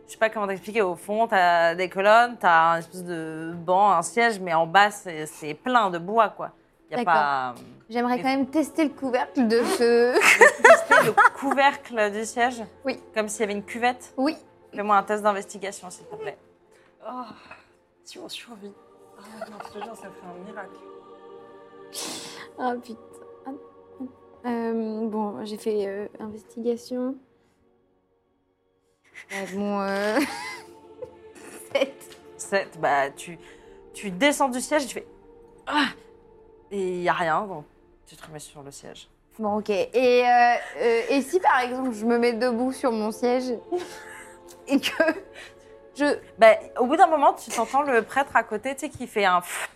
Je sais pas comment t'expliquer. Au fond, t'as des colonnes, t'as un espèce de banc, un siège, mais en bas, c'est c'est plein de bois, quoi. Il n'y a D'accord. pas euh, J'aimerais quand même tester le couvercle de feu. le couvercle du siège. Oui. Comme s'il y avait une cuvette. Oui. Fais-moi un test d'investigation, s'il te plaît. Oh, si on survit. Oh, non, je te jure, ça ferait un miracle. Ah putain. Euh, bon, j'ai fait euh, investigation. Ouais, bon, euh, Sept. Sept, bah, tu, tu descends du siège, tu fais. Ah Et il n'y a rien, donc tu te remets sur le siège. Bon, ok. Et, euh, euh, et si par exemple je me mets debout sur mon siège et que je. Bah, au bout d'un moment, tu t'entends le prêtre à côté, tu sais, qui fait un. pfff.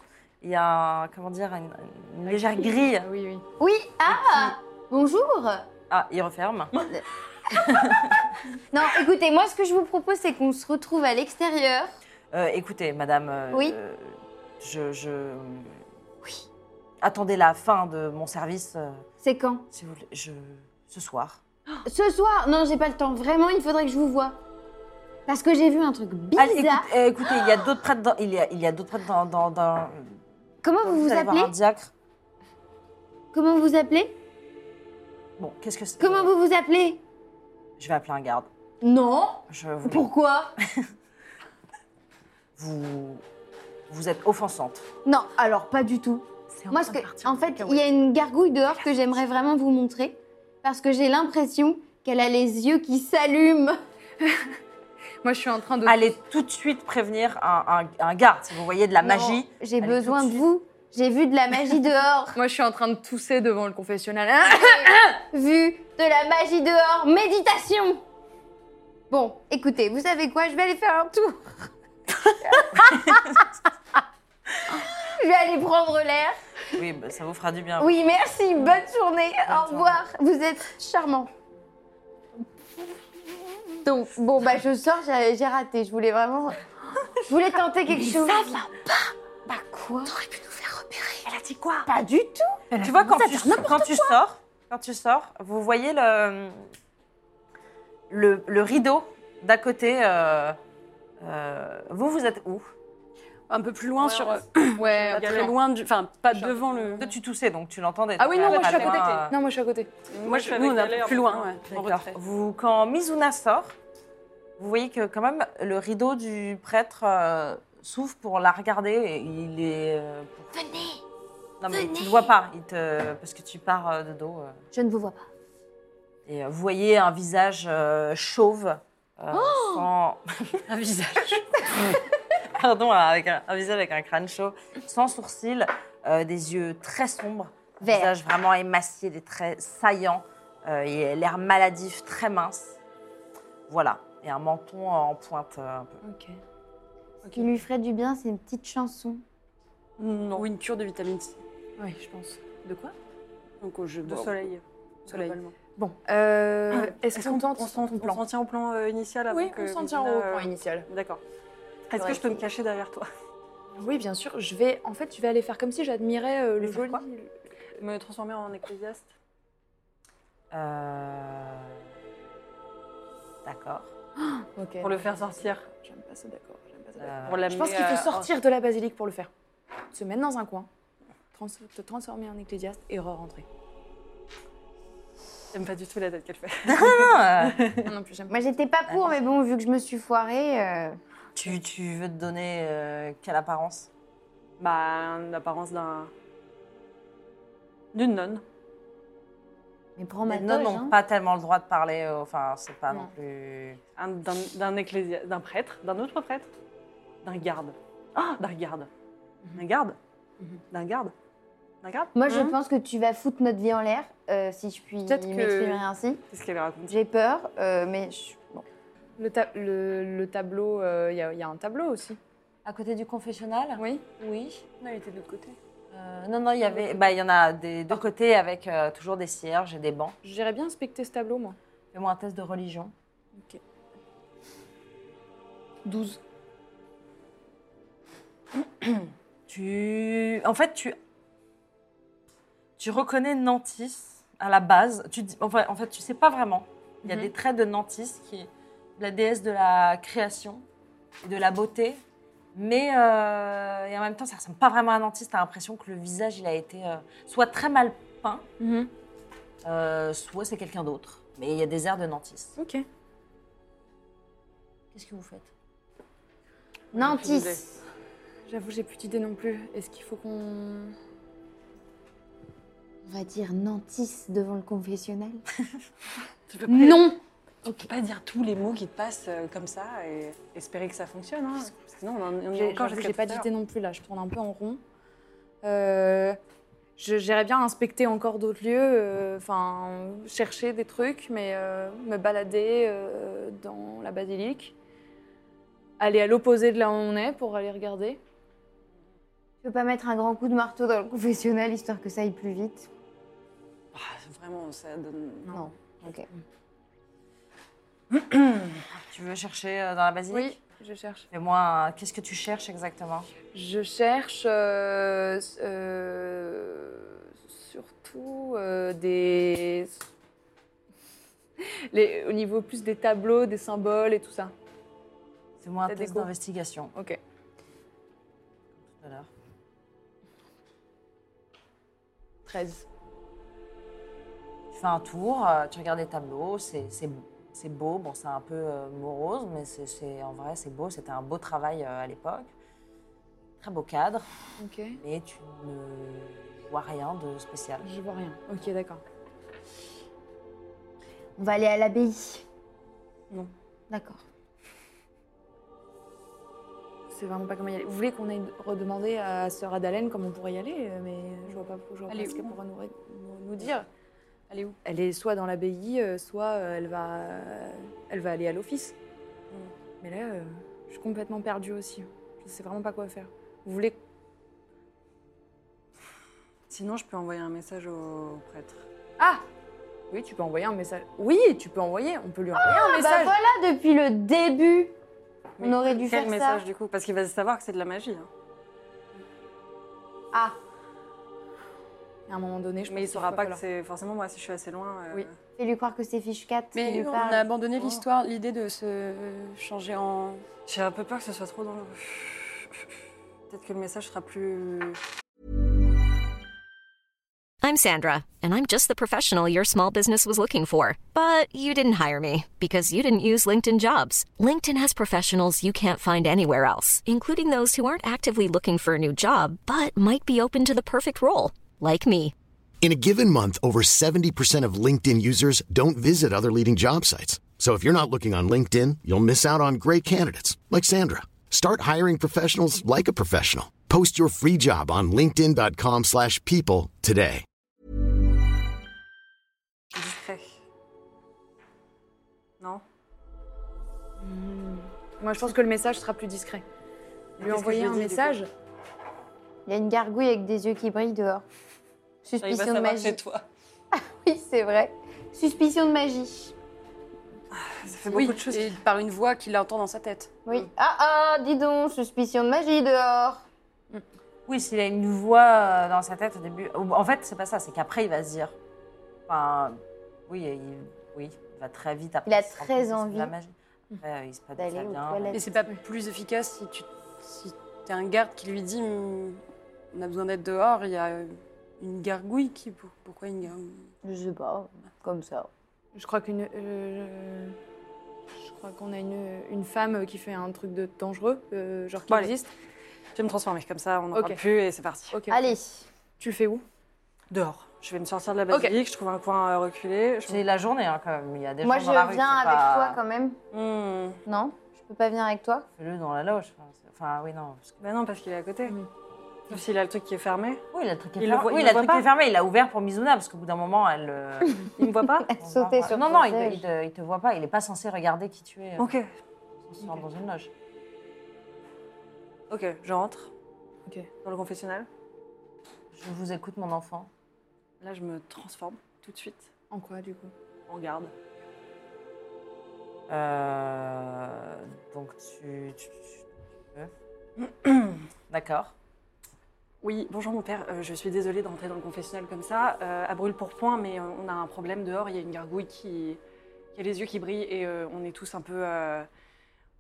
Il y a, un- comment dire, une, une légère grille. Oui, oui. Oui, ah Bonjour Ah, il referme. Non, écoutez, moi ce que je vous propose, c'est qu'on se retrouve à l'extérieur. Euh, écoutez, madame. euh, Oui. euh, Je. je... Oui. Attendez la fin de mon service, euh, C'est quand si vous voulez. Je... Ce soir. Ce soir Non, j'ai pas le temps. Vraiment, il faudrait que je vous voie. Parce que j'ai vu un truc bizarre. Allez, écoute- euh, écoutez, il y a d'autres prêtres dans. Il y a, il y a d'autres prêtres dans. dans, dans- Comment vous vous allez voir appelez un diacre. Comment vous vous appelez Bon, qu'est-ce que c'est Comment vous vous appelez Je vais appeler un garde. Non Je vous... Pourquoi vous... vous êtes offensante. Non, alors pas du tout. Moi, ce que- en fait, il y a une gargouille dehors que j'aimerais vraiment vous montrer. Parce que j'ai l'impression qu'elle a les yeux qui s'allument. Moi, je suis en train de. Allez tout de suite prévenir un, un- un garde. Si vous voyez de la magie, J'ai Allez, besoin tout de de suite. vous. J'ai vu de la magie dehors. Moi, je suis en train de tousser devant le confessionnal. Ah vu de la magie dehors. Méditation Bon, écoutez, vous savez quoi Je vais aller faire un tour. Je vais aller prendre l'air. oui, bah, ça vous fera du bien. Oui, merci. Bonne journée. Au revoir. Vous êtes charmant. Donc, bon, bah, je sors, j'ai j'ai raté. Je voulais vraiment. Je voulais tenter quelque chose. Ça va pas Bah, quoi T'aurais pu nous faire repérer. Elle a dit quoi Pas du tout. Tu vois Bah, quand tu, quand tu sors, quand tu sors, vous voyez le le, le rideau d'à côté. euh, euh, vous, vous êtes où Un peu plus loin, sur, ouais, pas très loin, du- enfin pas devant le. Toi, Tu toussais, donc tu l'entendais. Ah oui, non, donc, moi, je suis à pas côté. loin, Non, moi, je suis à côté. Moi, je, nous, on est plus loin, ouais, euh, en d'accord. retrait. Vous, quand Mizuna sort, vous voyez que quand même le rideau du prêtre euh, s'ouvre pour la regarder. et il est. euh, pour- Venez. Non mais tu Venez. le vois pas, il te- parce que tu pars euh, de dos. euh. Je ne vous vois pas. Et euh, vous voyez un visage euh, chauve. euh, sans... un visage. Pardon, avec un, un visage avec un crâne chauve, sans sourcils, euh, des yeux très sombres, un Vert. visage vraiment émacié, des traits saillants, euh, et l'air maladif très mince. Voilà, et un menton en pointe euh, un peu. Ce qui lui ferait du bien, c'est une petite chanson. Non. Ou une cure de vitamine C. Oui, je pense. De quoi Donc au jeu De soleil. Soleil. globalement. Bon, euh, est-ce Est-ce qu'on qu'on tente on s'en ton on plan s'en tient au plan euh, initial avant Oui, que on s'en tient Mizuna, au euh, point initial. D'accord. Est-ce que je peux me cacher derrière toi Oui, bien sûr. Je vais, en fait, je vais aller faire comme si j'admirais euh, le Faire joli. quoi Me transformer en ecclésiaste Euh, D'accord. Ok. pour le faire sortir. J'aime pas ça, d'accord. j'aime pas ça, d'accord. Euh, Pour l'amener Je pense qu'il faut à- sortir de la basilique pour le faire. Se mettre dans un coin, trans- te transformer en ecclésiaste et re-rentrer. J'aime pas du tout la tête qu'elle fait. Ah, euh, non, non plus, j'aime pas. Moi, j'étais pas pour, mais bon, vu que je me suis foirée. euh, tu, tu veux te donner euh, quelle apparence Bah, l'apparence d'un. d'une nonne. Mais prends ma Les note. nonnes n'ont pas tellement le droit de parler, euh, enfin, c'est pas non, Non. plus. Un- d'un d'un ecclésia- d'un prêtre, d'un autre prêtre, d'un garde. Ah, d'un garde. D'un garde. Mhm. D'un garde. D'un garde. Moi, je Hein pense que tu vas foutre notre vie en l'air, euh, si je puis Peut-être que- m'exprimer ainsi. Qu'est-ce qu'elle raconte J'ai peur, euh, mais je- bon. Le, ta- le, le tableau, euh, il y, a- il y a un tableau aussi. À côté du confessionnal Oui. Oui. Non, il était de l'autre côté. Euh, non, non, il y avait. Bah, il y en a des deux côtés avec euh, toujours des cierges et des bancs. J'irais bien inspecter ce tableau, moi. Fais-moi un test de religion. 12. Tu. En fait, tu. Tu reconnais Nantis à la base. Tu dis... enfin, en fait, tu sais pas vraiment. Il y a Mhm. des traits de Nantis qui est la déesse de la création et de la beauté. Mais euh, et en même temps, ça ressemble pas vraiment à Nantis. Tu as l'impression que le visage, il a été euh, soit très mal peint, euh, soit c'est quelqu'un d'autre. Mais il y a des airs de Nantis. Ok. Qu'est-ce que vous faites Nantis. J'avoue, j'ai plus d'idées non plus. Est-ce qu'il faut qu'on. On va dire Nantis devant le confessionnal. Tu peux pas- non Tu peux pas dire tous les mots qui te passent euh, comme ça et espérer que ça fonctionne. Hein. Sinon, on en on en est J'ai- encore J'avoue, jusqu'à j'ai pas tout à d'idée non plus là, je tourne un peu en rond. Euh, je- J'irais bien inspecter encore d'autres lieux, euh, enfin chercher des trucs, mais euh, me balader euh, dans la basilique, aller à l'opposé de là où on est pour aller regarder. Tu peux pas mettre un grand coup de marteau dans le confessionnal histoire que ça aille plus vite l'heure. Ah, vraiment, ça donne. Non. Ok. Tu veux chercher euh, dans la basilique Oui, je cherche. Fais-moi, un- qu'est-ce que tu cherches exactement Je cherche euh, s- euh, surtout euh, des. les- au niveau plus des tableaux, des symboles et tout ça. Fais-moi un La test déco. d'investigation. Ok. tout à l'heure. 13. Tu fais un tour, euh, tu regardes les tableaux, c'est c'est- c'est beau, bon c'est un peu euh, morose, mais c'est- c'est en vrai c'est beau, c'était un beau travail euh, à l'époque. Très beau cadre, Ok. mais tu ne vois rien de spécial. Je vois rien. Ok, d'accord. On va aller à l'abbaye. Non. D'accord. C'est vraiment pas comment y aller. Vous voulez qu'on aille redemander à Sœur Adalène comment on pourrait y aller euh, Mais je vois pas, je vois pas Elle est ce qu'elle où pourra nous, ré- nous- nous dire. Elle est où Elle est soit dans l'abbaye, euh, soit euh, elle va, elle va aller à l'office. Mais là, euh, je suis complètement perdue aussi. Je sais vraiment pas quoi faire. Vous voulez Sinon, je peux envoyer un message au prêtre. Ah Oui, tu peux envoyer un message. Oui, tu peux envoyer. On peut lui envoyer un Ah bah message. voilà, depuis le début, on Mais aurait dû Quel faire message ça. du coup Parce qu'il va savoir que c'est de la magie. hein. Ah, À un moment donné, je Mais pense il qu'il saura va pas que falloir- c'est forcément moi si je suis assez loin. euh, Oui. fais-lui croire que c'est fiche 4 qui Mais lui on parle. a abandonné Oh. l'histoire, l'idée de se changer en. J'ai un peu peur que ce soit trop dangereux. Peut-être que le message sera plus. I'm Sandra, and I'm just the professional your small business was looking for. But you didn't hire me because you didn't use LinkedIn jobs. LinkedIn has professionals you can't find anywhere else, including those who aren't actively looking for a new job but might be open to the perfect role, like me. In a given month, over 70% of LinkedIn users don't visit other leading job sites. So if you're not looking on LinkedIn, you'll miss out on great candidates like Sandra. Start hiring professionals like a professional. Post your free job on linkedin.com/people slash people today. discret. Non Moi, je pense que le message sera plus discret. Lui qu'est-ce que envoyer je lui un dis, du message. Il y a une gargouille avec des yeux qui brillent dehors. Il va Suspicion de savoir que magie. Ah c'est toi. Oui, c'est vrai. Suspicion de magie. Ça fait Oui, beaucoup de choses. et par une voix qu'il entend dans sa tête. Oui. Ah ah, dis donc, suspicion de magie dehors. Oui, s'il a une voix euh, dans sa tête au début. ou- En fait, c'est pas ça, c'est qu'après il va se dire. Enfin, oui, il, oui, il va très vite après. Il a se rendre très compte que c'est de envie la magie. Après, euh, il se passe d'aller ça aux bien. toilettes. Mais c'est pas plus efficace si tu si t'es un garde qui lui dit Hum, on a besoin d'être dehors, il y a une gargouille qui pour- pourquoi une gargouille Je sais pas, comme ça. Je crois qu'une. euh, je crois qu'on a une, une femme qui fait un truc de dangereux, euh, genre qui Bon, allez. existe. Je vais me transformer, comme ça on n'en Ok. parle plus et c'est parti. Ok. Allez, Tu le fais où Dehors. Je vais me sortir de la basilique, je trouve un coin euh, reculé. Je... C'est la journée hein, quand même. Il y a des moi gens je dans la rue. viens c'est avec pas- toi quand même. Hmm. Non Je peux pas venir avec toi Fais-le dans la loge. enfin, c'est- Enfin, oui, non. parce que- Bah non, parce qu'il est à côté. Oui. Sauf s'il a le truc qui est fermé. Oui, il a le truc qui est Il le fermé. voit- oui, il il a le voit truc qui pas est fermé. Il l'a ouvert pour Mizuna parce qu'au bout d'un moment, elle. euh, Il me voit pas on Sauter voit- sur Non, ton non, il ne siège. te, il te voit pas. Il n'est pas censé regarder qui tu es euh, Ok, sans- dans une loge. ok, je rentre. Ok. Dans le confessionnal. Je vous écoute, mon enfant. Là, je me transforme tout de suite En quoi du coup en garde. Euh, donc, tu. tu- tu- tu veux D'accord. Oui, bonjour mon père, Euh, je suis désolée de rentrer dans le confessionnal comme ça, euh, à brûle pour point, mais euh, on a un problème dehors, il y a une gargouille qui, qui a les yeux qui brillent et euh, on est tous un peu... euh,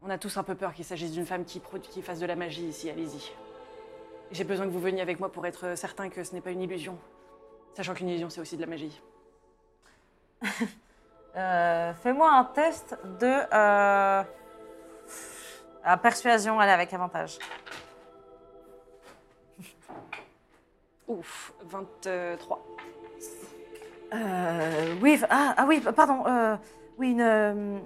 on a tous un peu peur qu'il s'agisse d'une femme qui, produ- qui fasse de la magie ici, allez-y. J'ai besoin que vous veniez avec moi pour être euh, certain que ce n'est pas une illusion, sachant qu'une illusion c'est aussi de la magie. Euh, Fais-moi un test de. euh, à persuasion, allez, avec avantage. Ouf, 23. Euh, oui, ah, ah oui, pardon. euh, Oui, une, euh,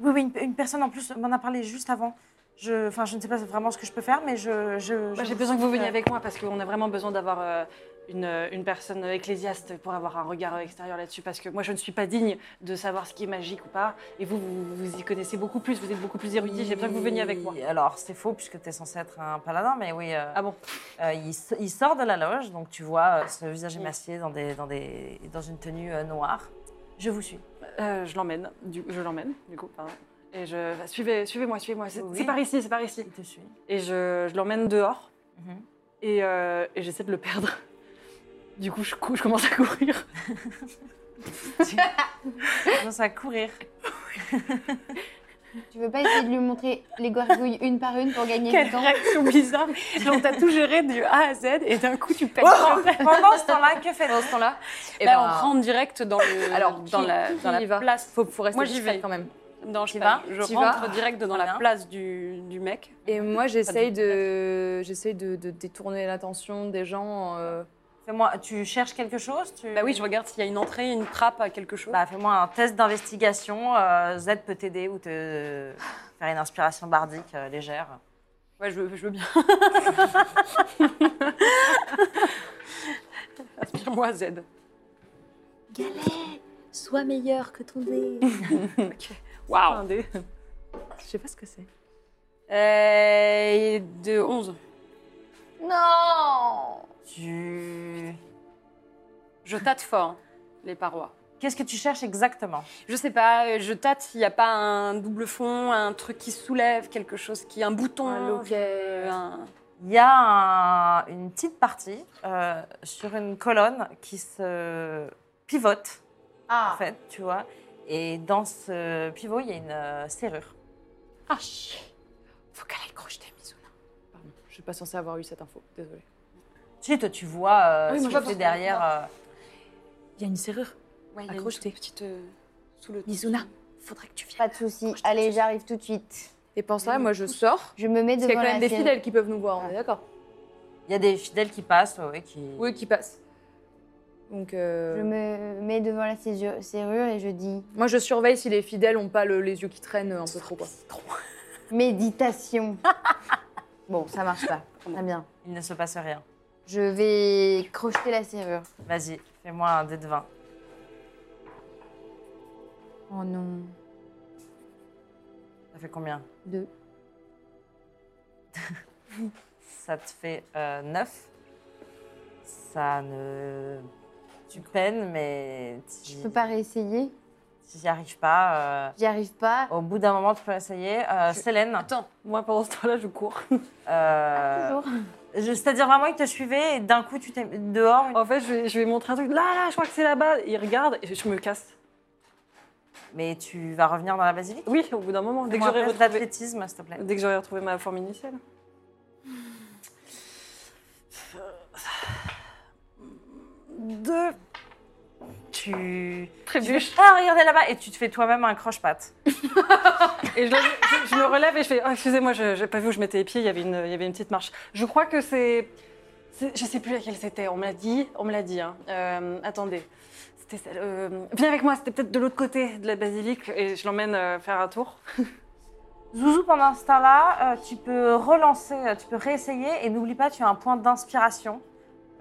oui, oui, une, une personne en plus m'en a parlé juste avant. Je, enfin, je ne sais pas vraiment ce que je peux faire, mais je. je- je- Moi, J'ai besoin que vous veniez avec moi parce qu'on a vraiment besoin d'avoir euh, une, une personne ecclésiaste pour avoir un regard extérieur là-dessus. Parce que moi, je ne suis pas digne de savoir ce qui est magique ou pas. Et vous, vous, vous y connaissez beaucoup plus, vous êtes beaucoup plus érudit. J'ai besoin que vous veniez avec moi. Oui, Alors, c'est faux puisque tu es censé être un paladin, mais oui. euh, Ah bon euh, il, s- il sort de la loge, donc tu vois euh, ce Mm. visage émacié dans, des, dans, des, dans une tenue euh, noire. Je vous suis. Euh, Je l'emmène, du- je l'emmène, du coup. pardon. Et je. bah, Suivez, suivez-moi, suivez-moi. C'est Oui. c'est par ici, c'est par ici. Je te suis. Et je, je l'emmène dehors. Mhm. Et, euh, et j'essaie de le perdre. Du coup, je, cou- je commence à courir. Je commence à courir. Tu veux pas essayer de lui montrer les gargouilles une par une pour gagner Quelle du temps réaction bizarre Genre, t'as tout géré du A à Z et d'un coup, tu pètes. Pendant ce temps-là, que fait Pendant ce temps-là, eh Là, ben, Bah, on rentre direct dans le. Alors, dans qui- la, qui dans y la va place. Faut, faut rester Moi, j'y discrète vais. quand même. Non, je, Tu sais pas, vas je Tu rentre vas direct dans la bien. place du, du mec. Et moi, j'essaye de, j'essaye de, de détourner l'attention des gens. euh, Fais-moi, tu cherches quelque chose tu... Bah oui, je regarde s'il y a une entrée, une trappe à quelque chose. Bah, fais-moi un test d'investigation. euh, Z peut t'aider ou te faire une inspiration bardique euh, légère. Ouais, je veux, je veux bien. Inspire-moi, Z. Galet, sois meilleur que ton dé. Waouh Je sais pas ce que c'est. euh, De 11. Non Tu... Je tâte fort hein, les parois. Qu'est-ce que tu cherches exactement Je sais pas, euh, je tâte s'il n'y a pas un double fond, un truc qui soulève, quelque chose qui. un bouton. Un loquet. je- un- Il y a un- une petite partie euh, sur une colonne qui se pivote, Ah. Ah, en fait, tu vois. Et dans ce pivot, il y a une euh, serrure. Ah, chut. Faut qu'elle aille crocheter, Mizuna. Pardon, je suis pas censée avoir eu cette info. Désolée. Tu sais, toi, tu vois euh, Oui, ce moi, qui je est vois. derrière. euh, Il y a une serrure. Ouais, il y a une Accrocheter. toute petite. euh, sous le. Mizuna, faudrait que tu viennes. Pas de souci. Allez, j'arrive tout de suite. Et pense là, moi, je sors. Je me mets Parce qu'il y devant a quand la même des scène. fidèles qui peuvent nous voir. On est d'accord. Il y a des fidèles qui passent, ouais, qui... Oui, qui passent. Donc, euh, Je me mets devant la césure- serrure et je dis moi, je surveille si les fidèles ont pas le- les yeux qui traînent un peu trop. Quoi. méditation. bon, ça marche pas. Très bien. Il ne se passe rien. Je vais crocheter la serrure. Vas-y, fais-moi un dé de 20. Oh non. Ça fait combien Deux. Ça te fait 9. Ça ne... Tu peines, mais tu Je peux pas réessayer. n'y arrives pas. euh, J'y arrive pas. Au bout d'un moment, tu peux essayer. Euh, Célène, Attends, moi pendant ce temps-là, je cours. euh, Toujours. je- c'est-à-dire vraiment, il te suivait et d'un coup, tu t'es dehors. En fait, je vais, je vais montrer un truc. Là, là, je crois que c'est là-bas. Il regarde et je me casse. Mais tu vas revenir dans la basilique Oui, au bout d'un moment, dès que Fais-moi un j'aurai test retrouvé, d'athlétisme, s'il te plaît. dès que j'aurai retrouvé ma forme initiale. Deux. Tu. Trébuche. Ah, regardez là-bas Et tu te fais toi-même un croche-patte. Et je, je- je me relève et je fais oh, excusez-moi, je n'ai pas vu où je mettais les pieds, il y avait une, il y avait une petite marche. Je crois que c'est. c'est- Je sais plus laquelle c'était, on me l'a dit. On me l'a dit. hein. Euh, attendez. C'était celle, euh, viens avec moi, c'était peut-être de l'autre côté de la basilique et je l'emmène euh, faire un tour. Zouzou, pendant ce temps-là, euh, tu peux relancer, euh, tu peux réessayer et n'oublie pas, tu as un point d'inspiration.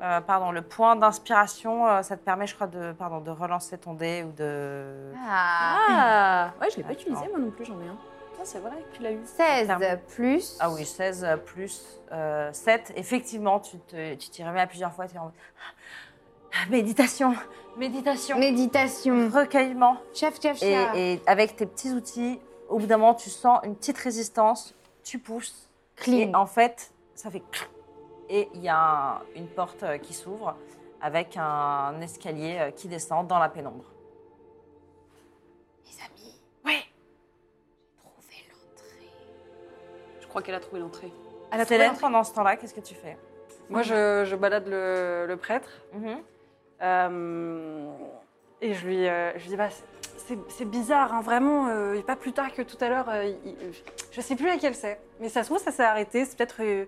Euh, pardon, le point d'inspiration, euh, ça te permet, je crois, de, pardon, de relancer ton dé ou de. Ah. Ah Ouais, je l'ai pas Attends. utilisé, moi non plus, j'en ai un. Putain, c'est vrai que tu l'as eu. 16 Ferme. plus. Ah oui, 16 euh, plus euh, 7. Effectivement, tu te- tu t'y remets à plusieurs fois. Tu es en mode, Ah, Méditation, méditation, Méditation. recueillement. Chef, chef, Et, chef. et avec tes petits outils, au bout d'un moment, tu sens une petite résistance, tu pousses. Clean. Et en fait, ça fait clic. Et il y a un- une porte euh, qui s'ouvre avec un escalier euh, qui descend dans la pénombre. Les amis. Ouais. Trouvez l'entrée. Je crois qu'elle a trouvé l'entrée. la Célène, pendant ce temps-là, qu'est-ce que tu fais Moi, je, je balade le, le prêtre euh, et je lui, euh, je lui dis bah, c'est- c'est c'est bizarre, hein, vraiment, euh, et pas plus tard que tout à l'heure, euh, il- il- je sais plus laquelle c'est, mais ça se trouve, ça s'est arrêté, c'est peut-être. euh,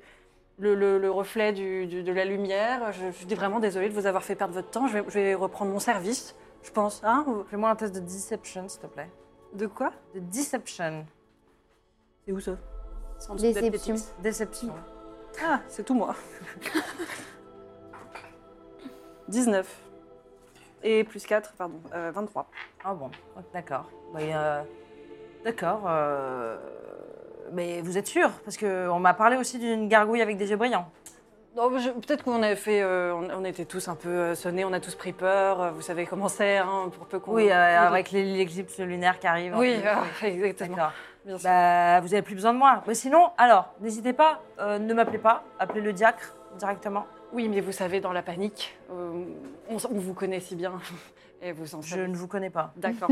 le, le- le reflet du- du- de la lumière. Je, je suis vraiment désolée de vous avoir fait perdre votre temps. Je vais, je vais reprendre mon service. je pense. Hein ou- Fais-moi un test de deception, s'il te plaît. De quoi De deception. C'est où ça Sans doute Déception. Déception. Ah, c'est tout moi. 19. Et plus 4, pardon, euh, 23. Ah bon, ok, d'accord. Bah, euh, d'accord. euh, Mais vous êtes sûr Parce qu'on m'a parlé aussi d'une gargouille avec des yeux brillants. Non, mais je- Peut-être qu'on avait fait. euh, on, on était tous un peu euh, sonnés, on a tous pris peur, euh, vous savez comment c'est, hein, pour peu qu'on. Oui, euh, avec l'é- l'éclipse lunaire qui arrive. Oui, Enfin, euh, exactement. D'accord. Bien sûr. Bah, vous n'avez plus besoin de moi. Mais sinon, alors, n'hésitez pas, euh, ne m'appelez pas, appelez le diacre directement. Oui, mais vous savez, dans la panique, euh, on, s- on vous connaît si bien. Et vous en Je savez. ne vous connais pas. D'accord.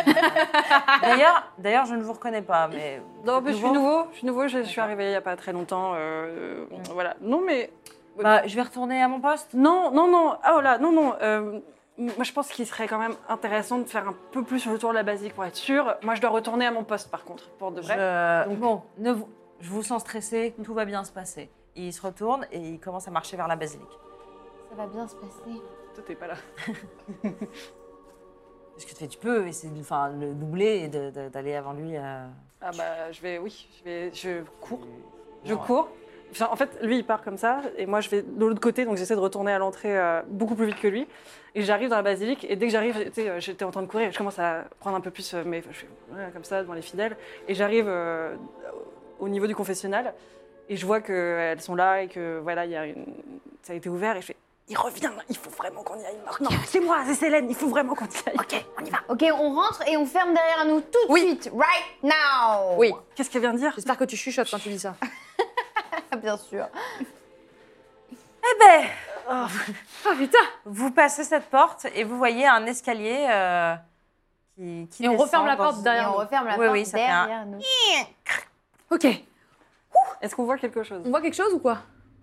D'ailleurs, d'ailleurs, je ne vous reconnais pas, mais. Non, mais je suis nouveau, je suis nouveau, je, je suis D'accord. Mm. arrivée il n'y a pas très longtemps. euh, euh, Voilà. Non, mais. Bah, je vais retourner à mon poste. Non, non, non. Ah, oh là, non, non. euh, moi, je pense qu'il serait quand même intéressant de faire un peu plus le tour de la basique pour être sûr. Moi, je dois retourner à mon poste, par contre, pour de vrai. Je... Bon, ne vous... je vous sens stressé, tout va bien se passer. Il se retourne et il commence à marcher vers la basilique. Ça va bien se passer. Toi, t'es pas là. Parce que tu peux essayer de enfin, le doubler et de- de- d'aller avant lui. euh. Ah bah, je vais, oui, je vais, je cours. Je cours. Enfin, en fait, lui, il part comme ça, et moi, je vais de l'autre côté, donc j'essaie de retourner à l'entrée euh, beaucoup plus vite que lui. Et j'arrive dans la basilique, et dès que j'arrive, tu sais, euh, j'étais en train de courir, je commence à prendre un peu plus, euh, mais je fais ouais, comme ça, devant les fidèles. Et j'arrive euh, au niveau du confessionnal, et je vois qu'elles sont là, et que voilà, il y a une... ça a été ouvert, et je fais Il revient, il faut vraiment qu'on y aille, Marc. Non, c'est moi, c'est Célène, il faut vraiment qu'on y aille. Ok, on y va. Ah, Ok, on rentre et on ferme derrière nous tout de suite, right now. Oui. Qu'est-ce qu'elle vient de dire J'espère que tu chuchotes quand tu dis ça. Ah, bien sûr. Vous passez cette porte et vous voyez un escalier euh, qui, qui Et on descend referme la dans- porte Et derrière on nous. referme la Oui, porte oui, ça fait un- derrière nous. Ok. Est-ce qu'on voit quelque chose On voit quelque chose ou quoi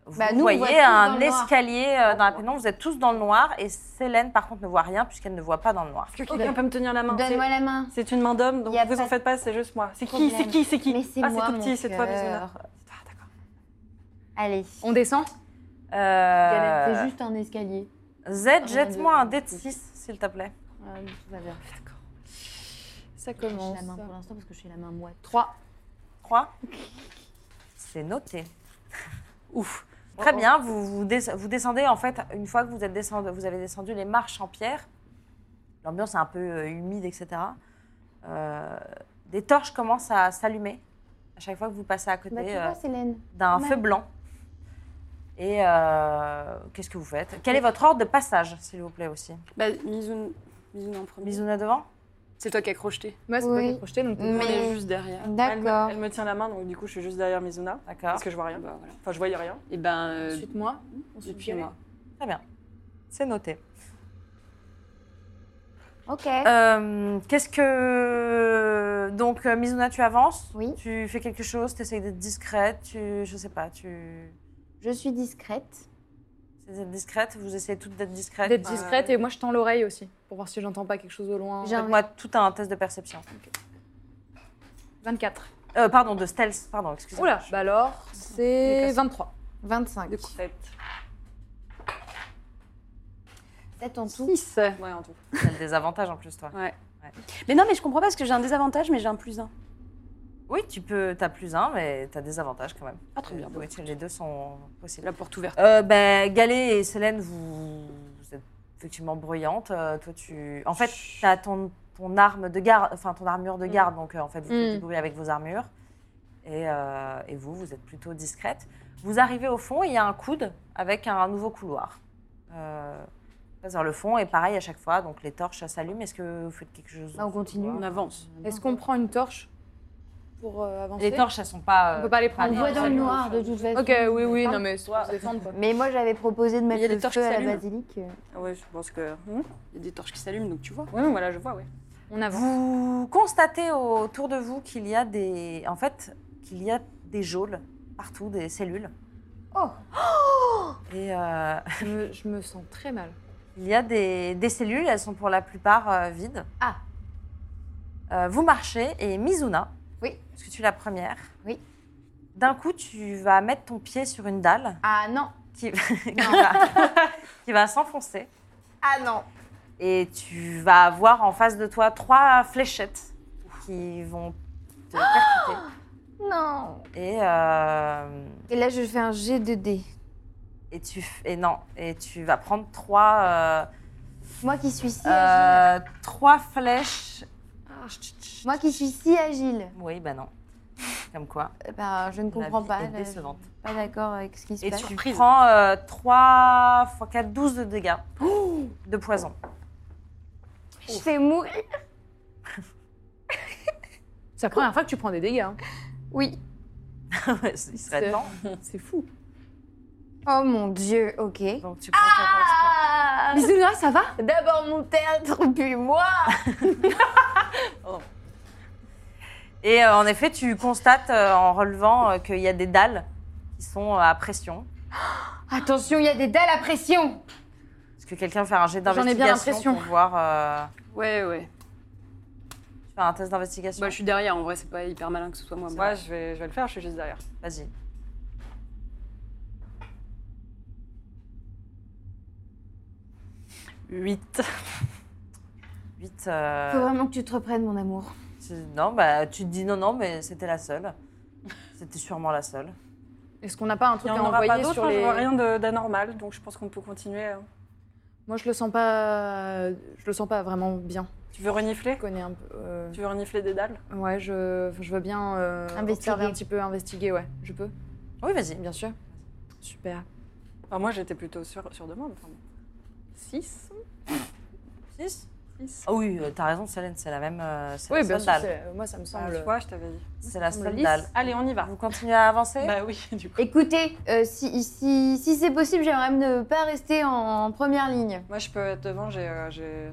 Vous Bah, nous, on voit tous voyez dans un le noir. escalier euh, dans la pénombre, vous êtes tous dans le noir et Célène par contre ne voit rien puisqu'elle ne voit pas dans le noir. Est-ce que quelqu'un peut me tenir la main C'est- Donne-moi la main. C'est une main d'homme, donc Y a vous pas en faites pas, c'est juste moi. C'est qui problème. C'est qui C'est qui Mais c'est Ah, moi, c'est tout mon petit, c'est toi, cœur. Ah, Bisounours. C'est toi, d'accord. Allez. On descend Euh, C'est juste un escalier. Z, jette-moi un dé de 6 s'il te plaît. Ah, tout va bien. Ça Je lâche commence. la main pour l'instant parce que je suis la main moite. 3. 3. C'est noté. Ouf. Très Oh, bien, vous, vous, des- vous descendez en fait, une fois que vous, êtes descendu, vous avez descendu les marches en pierre, l'ambiance est un peu euh, humide, etc. Euh, des torches commencent à s'allumer à chaque fois que vous passez à côté. Bah, tu euh, vois, Célène. d'un Ouais. feu blanc. Et euh, qu'est-ce que vous faites Quel est votre ordre de passage, s'il vous plaît, aussi Bah, Mizun, Mizun en premier. Misouna devant C'est toi qui as crocheté. Moi, c'est Oui. pas qui est projeté, donc t'es- Mais- Elle est juste derrière. Elle me, D'accord. elle me tient la main, donc du coup, je suis juste derrière Mizuna. D'accord. Parce que je vois rien. Bah, voilà. Enfin, je voyais rien. Et ben, euh, Ensuite, moi. et puis moi. Très bien. C'est noté. Ok. Euh, qu'est-ce que. Donc, euh, Misouna, tu avances Oui. Tu fais quelque chose, tu essayes d'être discrète, tu. Je sais pas, tu. Je suis discrète. Essayez d'être discrète, vous essayez toutes d'être discrètes. D'être discrète et moi je tends l'oreille aussi pour voir si j'entends pas quelque chose au loin. J'ai un- Moi, tout un test de perception. 24. Euh, pardon, de stealth, pardon, excusez-moi. Oula, bah alors c'est 23. 25. De coup, tête. 7 en tout. 6. Ouais, en tout. T'as le désavantage en plus, toi. Mais non, mais je comprends pas parce que j'ai un désavantage, mais j'ai un plus un. Oui, tu peux. T'as plus un, mais t'as des avantages quand même. Ah, très bien. Oui, Euh, les deux sont possibles. La porte ouverte. Euh, ben, Galé et Célène, vous, vous êtes effectivement bruyantes. Euh, toi, tu. En fait, tu as ton, ton arme de garde, enfin ton armure de garde, donc euh, en fait, vous faites du Mm. bruit avec vos armures. Et, euh, et vous, vous êtes plutôt discrète. Vous arrivez au fond, il y a un coude avec un nouveau couloir. Euh, on passe vers le fond, et pareil à chaque fois, donc les torches ça s'allument. Est-ce que vous faites quelque chose Bah, Là, on continue. On avance. Est-ce qu'on prend une torche pour euh, avancer Les torches, elles sont pas. On euh, peut pas les prendre. On Ah, voit non, dans le ça, noir de toute façon. Ok, oui, Ah. oui, non mais soit défendre quoi. Mais moi, j'avais proposé de Il y a mettre des le torches feu qui à la s'allument. basilique. Ah Ouais, je pense que. Hum. Il y a des torches qui s'allument, donc tu vois. Ouais, voilà, je vois, ouais. On avance. Vous constatez autour de vous qu'il y a des, en fait, qu'il y a des geôles partout, des cellules. Oh. Et euh, je, me, je me sens très mal. il y a des, des cellules, elles sont pour la plupart euh, vides. Ah. Euh, vous marchez et Mizuna. Oui. Parce que tu es la première. Oui. D'un coup, tu vas mettre ton pied sur une dalle Ah non. qui, qui va, qui va s'enfoncer. Ah non. Et tu vas avoir en face de toi trois fléchettes qui vont te percuter. Non. Et, euh, Et là, je fais un G de dés. et tu f- et non et tu vas prendre trois euh, Moi qui suis si agile. euh, trois flèches. Moi qui suis si agile. Oui, ben non. Comme quoi. Euh, bah, je ne la comprends vie pas. est là, je suis décevante. pas d'accord avec ce qui se Et passe. tu prends euh, 3 x 4, 12 de dégâts de poison. Je fais mourir. C'est la première fois que tu prends des dégâts. hein. Oui. Il serait temps. C'est fou. Oh mon dieu, ok. Donc tu prends 14 points. Ah Bisounours, ça va D'abord mon théâtre, puis moi. Et euh, en effet, tu constates euh, en relevant euh, qu'il y a des dalles qui sont euh, à pression. Attention, il y a des dalles à pression. Est-ce que quelqu'un veut faire un jet J'en ai bien d'investigation l'impression. pour voir euh, Ouais, ouais. Tu fais un test d'investigation Bah, je suis derrière, en vrai, c'est pas hyper malin que ce soit moi. Moi, je vais, je vais le faire, je suis juste derrière. Vas-y. Huit. 8. Faut vraiment que tu te reprennes, mon amour. euh, Non, bah tu te dis non, non, mais c'était la seule. C'était sûrement la seule. Est-ce qu'on n'a pas un Il truc n'y à en aura pas envoyer d'autres, sur hein, je les... vois rien de- d'anormal, donc je pense qu'on peut continuer. hein. Moi, je le sens pas... Je le sens pas vraiment bien. Tu veux renifler Je connais un peu... euh, Tu veux renifler des dalles Ouais, je, je veux bien euh, Investiguer. observer un petit peu, investiguer, ouais. Je peux, Oui, vas-y. bien sûr. Super. Enfin, Ah, Moi, j'étais plutôt sûre, sûre de moi. mais enfin, bon. 6 Six. Six. Ah oui, euh, t'as raison, Célène, c'est la même. euh, c'est Oui, la bien seule dalle. sûr, c'est- moi, ça me Ah, semble... tu vois, je t'avais dit. C'est la semble seule lisse. dalle. Allez, on y va. Vous continuez à avancer Bah oui, du coup. Écoutez, euh, si, si, si c'est possible, j'aimerais ne pas rester en première ligne. Moi, je peux être devant, j'ai. euh, j'ai-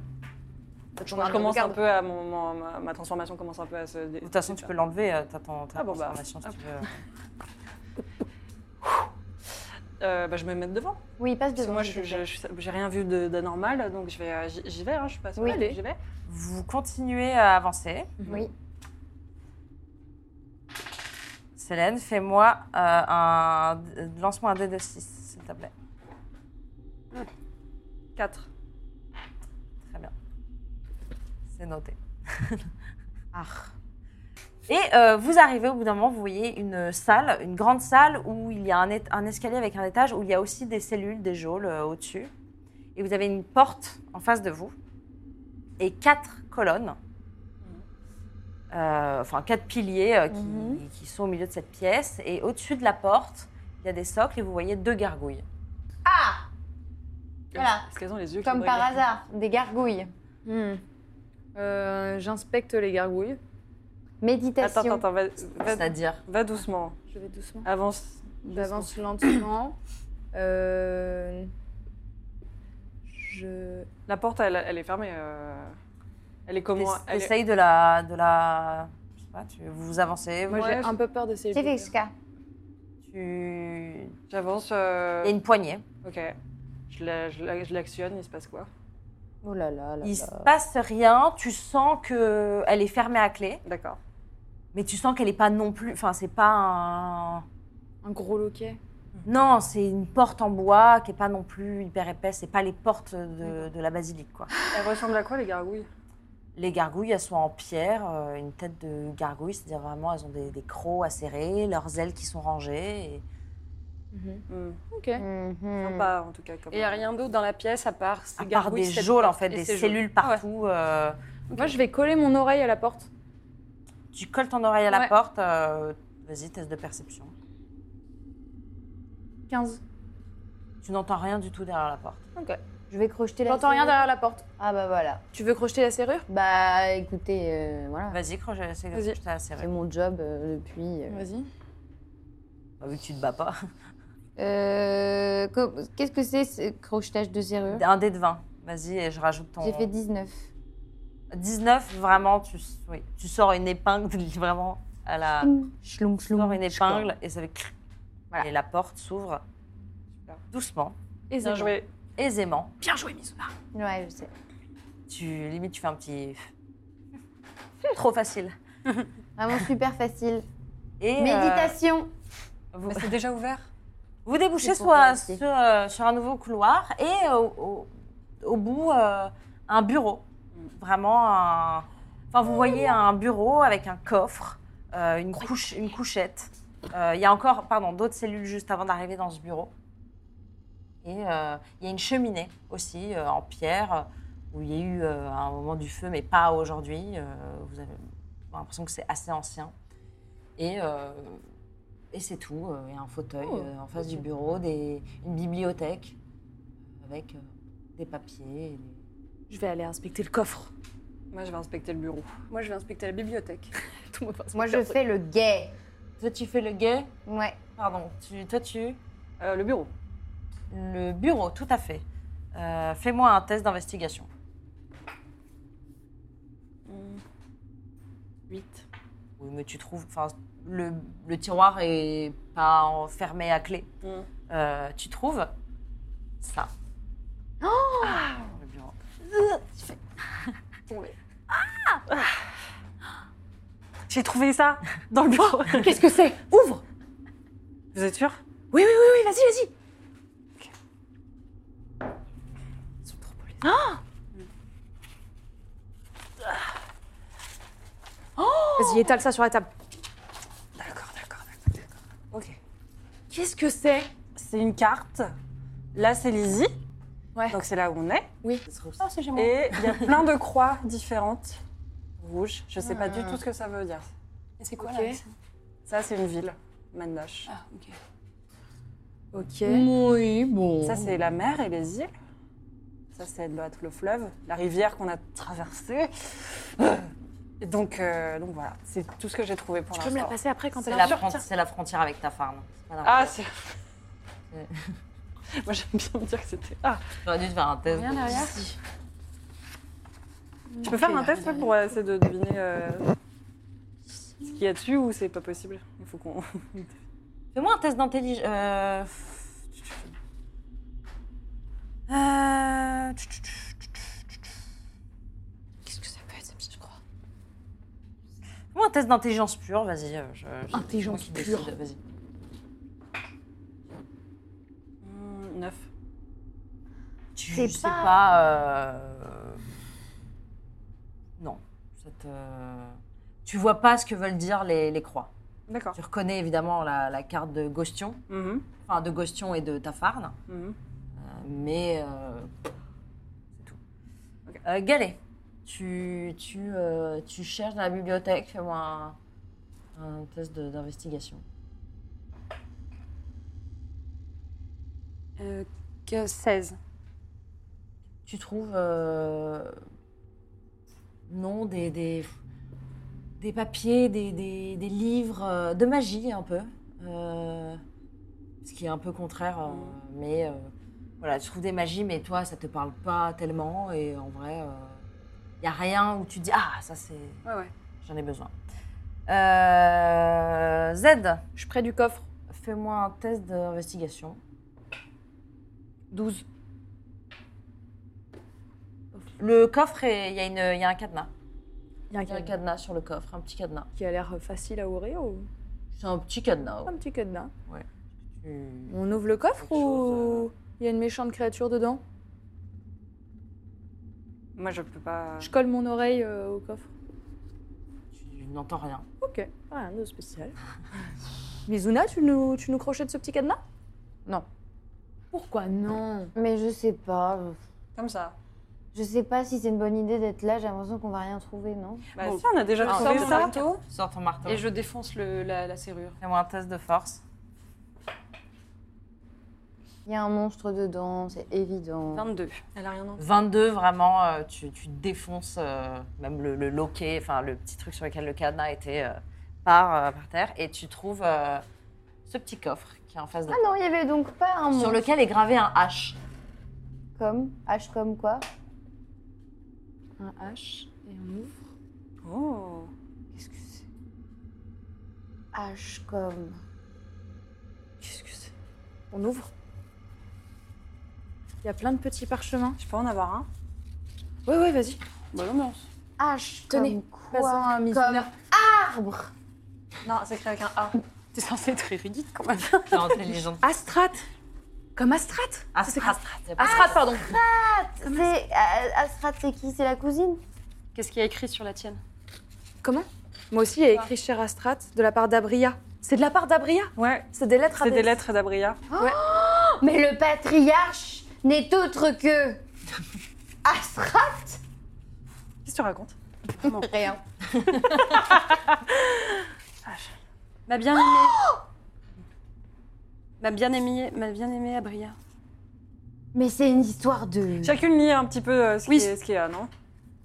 Attends, Moi, je on commence un regarde. peu à. mon- mon- ma, ma transformation commence un peu à se. dé- De toute façon, tu peux l'enlever, euh, t'as ton ta Ah bon, bah, transformation, si tu veux. Euh, bah, je vais me mettre devant. Oui, passe Parce que devant. moi, s'il je- te plaît. je- je- j'ai rien vu de- d'anormal, donc je vais, euh, j'y j'y vais, hein, je passe. Oui. Allez, j'y vais. Vous continuez à avancer. Oui. Célène, fais-moi euh, un. euh, Lance-moi un dé de 6, s'il te plaît. 4. Très bien. C'est noté. Ah. Et euh, vous arrivez au bout d'un moment, vous voyez une salle, une grande salle où il y a un, é- un escalier avec un étage, où il y a aussi des cellules, des geôles euh, au-dessus. Et vous avez une porte en face de vous et quatre colonnes, Euh, enfin quatre piliers euh, qui, qui sont au milieu de cette pièce. Et au-dessus de la porte, il y a des socles et vous voyez deux gargouilles. Voilà. Parce qu'elles ont les yeux qui Ah, Comme brillent. par hasard, des gargouilles. Hmm. Euh, J'inspecte les gargouilles. Méditation. Attends, attends, attends, va, va, C'est-à-dire va doucement. Je vais Ah, doucement. Avance. J'avance lentement. Euh, Je... La porte, elle, elle est fermée. euh, Elle est comment T'ess- elle est- T'essayes de la, de la, je sais pas, tu, vous vous avancez. Moi, vous- j'ai un peu peur de ces... C'est fait, Ska. tu, J'avance. euh, il y a une poignée. Ok. Je la- je la- je l'actionne, il se passe quoi Oh là là là Il se passe rien. Tu sens que elle est fermée à clé, D'accord. mais tu sens qu'elle est pas non plus. Enfin, c'est pas un. Un gros loquet. Non, c'est une porte en bois qui est pas non plus hyper épaisse. C'est pas les portes de, de la basilique, quoi. Elle ressemble à quoi, les gargouilles Les gargouilles, elles sont en pierre, euh, une tête de gargouille, c'est-à-dire vraiment, elles ont des, des crocs acérés, leurs ailes qui sont rangées. et- Hmm, Ok. Mhm. Sympa, en tout cas. Comme... Et il n'y a rien d'autre dans la pièce à part ces À part des gargouilles, cette geôles, en porte fait, et des ces geôles. cellules partout. euh, Moi, je vais coller mon oreille à la porte. Tu colles ton oreille à la Ouais. porte. euh, Vas-y, test de perception. 15. Tu n'entends rien du tout derrière la porte. Ok. Je vais crocheter la. J'entends rien serrure. derrière la porte. Ah bah voilà. Tu veux crocheter la serrure Bah écoutez, euh, voilà. Vas-y, croche c'est Vas-y. je t'ai C'est asserré. mon job euh, depuis. euh. Vas-y. Bah, vu que tu te bats pas. Euh, co- Qu'est-ce que c'est ce crochetage de serrure Un dé de 20. Vas-y, et je rajoute ton. J'ai fait 19. 19, vraiment, tu, oui, tu sors une épingle, vraiment, à la. Schlong, Tu sors schlong. une épingle et ça fait. cric. Voilà. Et la porte s'ouvre doucement, Bien joué. aisément. Ouais, je sais. Tu, limite, tu fais un petit. Trop facile. Vraiment super facile. Et, euh, Méditation. vous- Mais c'est déjà ouvert Vous débouchez C'est sur, pour vérifier. sur, euh, sur un nouveau couloir et au, au- au bout, euh, un bureau. Vraiment un. Enfin, vous voyez un bureau avec un coffre, euh, une, couche, une couchette. Euh, Il y a encore, pardon, d'autres cellules juste avant d'arriver dans ce bureau. Et euh, il y a une cheminée aussi euh, en pierre où il y a eu euh, à un moment du feu, mais pas aujourd'hui. Euh, vous avez l'impression que c'est assez ancien. Et, euh, et c'est tout. Euh, Il y a un fauteuil euh, en face du bureau, des, une bibliothèque avec euh, des papiers. et des- Je vais aller inspecter le coffre. Moi, je vais inspecter le bureau. Moi, je vais inspecter la bibliothèque. Tout le monde va se Moi, je faire- fais le gay. Toi, tu fais le guet Ouais. Pardon, tu, toi, tu. Euh, le bureau. Le bureau, tout à fait. Euh, Fais-moi un test d'investigation. Mmh. 8. Oui, mais tu trouves. Enfin, le, le tiroir est pas en- fermé à clé. Mm. Euh, tu trouves ça. Oh! Ah, le bureau. Ah! J'ai trouvé ça dans le bureau. Qu'est-ce que c'est Ouvre Vous êtes sûr Oui, oui, oui, oui, vas-y, vas-y. Ah Ah Vas-y, étale ça sur la table. D'accord, d'accord, d'accord. Qu'est-ce que c'est C'est une carte. Là, c'est l'Easy. Ouais. Donc, c'est là où on est. Ah, c'est chez moi. Et il y a plein de croix différentes. Rouges. Je sais pas du tout ce que ça veut dire. Et c'est quoi Ok. là Alexis Ça, c'est une ville. Mandash. Ah, ok. Ok. Oui, bon. Ça, c'est la mer et les îles. Ça, c'est l'autre, le fleuve, la rivière qu'on a traversée. Et Donc, euh, donc voilà, c'est tout ce que j'ai trouvé pour Tu peux me la l'instant. passer après quand C'est elle la, arrive fronti- c'est la frontière avec ta farm. C'est pas grave. Ah, c'est. Moi, j'aime bien me dire que c'était. Ah, J'aurais dû te faire un test. Rien derrière tu peux faire un test toi, pour essayer de deviner euh, ce qu'il y a dessus ou c'est pas possible Il faut qu'on. Fais-moi un test d'intelligence. Euh... euh, Qu'est-ce que ça peut être, ça, je crois Fais-moi un test d'intelligence pure, vas-y. euh, je- je- Intelligence c'est moi qui décide, pure. Vas-y. 9. Tu C'est sais pas- pas. euh, Non. ça te- Tu vois pas ce que veulent dire les, les croix. D'accord. Tu reconnais évidemment la, la carte de Gostion, Mhm, enfin de Gostion et de Tafarn, mhm. mais euh, c'est tout. Ok. Euh, Galet, tu, tu, euh, tu cherches dans la bibliothèque, fais-moi un, un test de- d'investigation. Euh, que 16. tu trouves euh, non des, des des papiers, des, des- des livres euh, de magie un peu, euh, ce qui est un peu contraire, euh, mais euh, voilà, tu trouves des magies, mais toi ça te parle pas tellement et en vrai il n'y a rien où tu dis ah ça c'est Ouais, ouais. j'en ai besoin. Euh, Z, Je suis près du coffre. fais-moi un test d'investigation. 12. Le coffre, est- il y, a une- il y a un cadenas. Il y a un Il y a un cadenas cadenas sur le coffre, un petit cadenas. qui a l'air euh, facile à ouvrir ou C'est un petit cadenas. un petit cadenas Tu- On ouvre le coffre Quelque chose, ou il y a une méchante créature dedans Moi, je peux pas. Je colle mon oreille euh, au coffre. Tu n'entends rien. Ok, rien de spécial. Mizuna, tu nous, tu nous crochettes ce petit cadenas Non. Pourquoi non Mais je sais pas. Comme ça. Je sais pas si c'est une bonne idée d'être là. J'ai l'impression qu'on va rien trouver, non Bah, Bon. si, on a déjà Je trouvé sors mon ça. marteau Sors ton marteau. et je défonce le- la, la serrure. Fais-moi un test de force. Il y a un monstre dedans, c'est évident. 22. Elle a rien entendu. 22, vraiment, euh, tu, tu défonces euh, même le, le loquet, enfin le petit truc sur lequel le cadenas était euh, par, euh, par terre. Et tu trouves euh, ce petit coffre qui est en face de Ah non, il y avait donc pas un toi. monstre. Sur lequel est gravé un H. Comme H comme quoi Un H et on ouvre. Oh. Qu'est-ce que c'est H comme. Qu'est-ce que c'est On ouvre Il y a plein de petits parchemins. Je peux en avoir un Oui, oui, vas-y. Bonne ambiance. H Tenez, comme Passe quoi à Mizuna. Arbre. Non, c'est écrit avec un A. T'es censé être rigide quand même. C'est intelligent. Astrate Comme Astrate Astrat. Astrate, pardon. C'est euh, Astrid, c'est qui C'est la cousine Qu'est-ce qu'il y a écrit sur la tienne Comment Moi aussi, il y a écrit Cher Astrate de la part d'Abria. C'est de la part d'Abria Ouais, C'est des lettres à c'est des lettres d'Abria. Mais le patriarche n'est autre que. Astrat Qu'est-ce que tu racontes Rien. Ma bien-aimée. Ma bien-aimée, ma bien-aimée Abria. Mais c'est une histoire de. Chacune lit un petit peu euh, ce Oui. qu'il y a- ce qu'il y a, non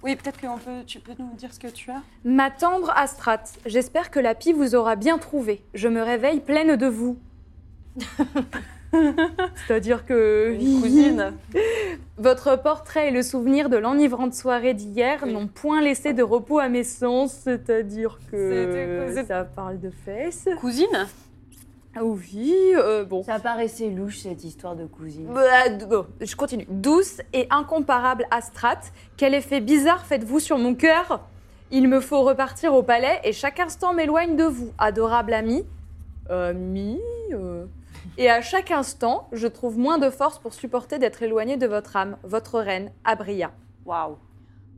Oui, peut-être que peut, tu peux nous dire ce que tu as. Ma tendre Astrate, j'espère que la pie vous aura bien trouvé. Je me réveille pleine de vous. C'est-à-dire que Une cousine. votre portrait et le souvenir de l'enivrante soirée d'hier n'ont point laissé de repos à mes sens, c'est-à-dire que C'était- ça parle de fesses. Cousine Ah Oui, euh, bon. Ça paraissait louche cette histoire de cousine. Bah, d- bon, je continue. Douce et incomparable Astrate, quel effet bizarre faites-vous sur mon cœur Il me faut repartir au palais et chaque instant m'éloigne de vous, adorable ami. Ami euh. Et à chaque instant, je trouve moins de force pour supporter d'être éloignée de votre âme, votre reine, Abria. Waouh.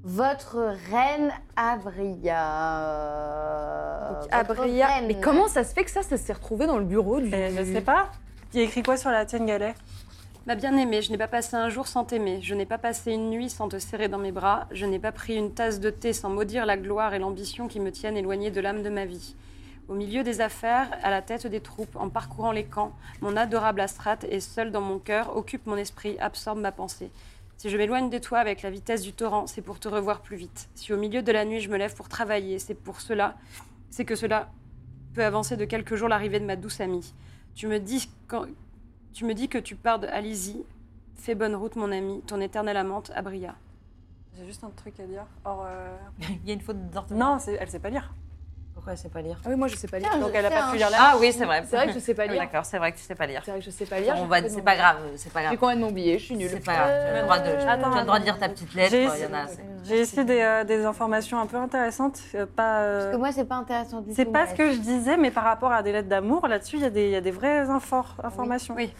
Votre reine Euh, Abria. Donc, Votre Abria. reine. Ah, Mais comment ça se fait que ça, ça s'est retrouvé dans le bureau du. Et Euh, je sais pas. Il y a écrit quoi sur la tienne, Galet Ma bien-aimée, je n'ai pas passé un jour sans t'aimer. Je n'ai pas passé une nuit sans te serrer dans mes bras. Je n'ai pas pris une tasse de thé sans maudire la gloire et l'ambition qui me tiennent éloignée de l'âme de ma vie. Au milieu des affaires, à la tête des troupes, en parcourant les camps, mon adorable astrate est seul dans mon cœur, occupe mon esprit, absorbe ma pensée. Si je m'éloigne de toi avec la vitesse du torrent, c'est pour te revoir plus vite. Si au milieu de la nuit je me lève pour travailler, c'est pour cela, c'est que cela peut avancer de quelques jours l'arrivée de ma douce amie. Tu me dis quand, tu me dis que tu pars de Alizy. Fais bonne route, mon ami, ton éternelle amante, Abria. J'ai juste un truc à dire. Or, euh, Il y a une faute d'orthographe. non, c'est- elle sait pas lire. Pourquoi elle sait pas lire Ah oui, moi je sais pas lire. Tiens, Donc je elle a fais pas un pu lire la. Ah oui, c'est vrai. C'est vrai que je sais pas lire. Ah, D'accord, c'est vrai que tu sais pas lire. C'est vrai que je sais pas lire. On j'ai va, complètement- c'est pas grave, c'est pas J'ai grave. complètement oublié, je suis nulle. Euh, C'est pas grave. Tu as le droit de, tu as le droit de lire ta petite lettre. J'ai- Il y en a assez. J'ai ici des, euh, des informations un peu intéressantes. euh, pas. euh, Parce que moi, c'est pas intéressant du tout. C'est pas mais- ce que je disais, mais par rapport à des lettres d'amour, là-dessus, il y, a des- il y a des vraies infor- informations. Oui.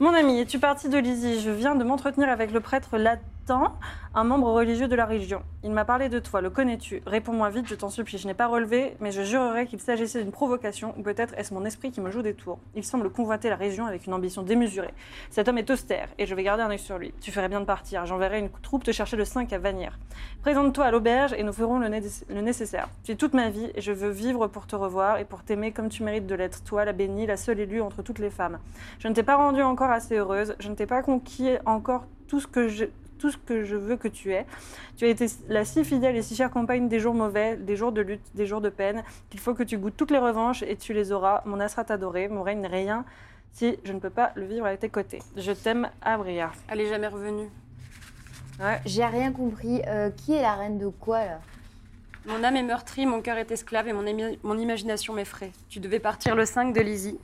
Mon ami, es-tu parti de Lizy Je viens de m'entretenir avec le prêtre latin, un membre religieux de la région. Il m'a parlé de toi, le connais-tu Réponds-moi vite, je t'en supplie. Je n'ai pas relevé, mais je jurerais qu'il s'agissait d'une provocation, ou peut-être est-ce mon esprit qui me joue des tours. Il semble convoiter la région avec une ambition démesurée. Cet homme est austère, et je vais garder un œil sur lui. Tu ferais bien de partir, j'enverrai une troupe te chercher le 5 à Vanière. Présente-toi à l'auberge et nous ferons le, né- le nécessaire. J'ai toute ma vie et je veux vivre pour te revoir et pour t'aimer comme tu mérites de l'être, toi, la bénie, la seule élue entre toutes les femmes. Je ne t'ai pas rendue encore assez heureuse, je ne t'ai pas conquis encore tout ce que je tout ce que je veux que tu aies. Tu as été la si fidèle et si chère compagne des jours mauvais, des jours de lutte, des jours de peine, qu'il faut que tu goûtes toutes les revanches et tu les auras. Mon Asra adoré, mon règne n'est rien si je ne peux pas le vivre à tes côtés. Je t'aime, Abria. Elle est jamais revenue. J'ai rien compris. Euh, qui est la reine de quoi, là Mon âme est meurtrie, mon cœur est esclave et mon, émi- mon imagination m'effraie. Tu devais partir le 5 de Lizy.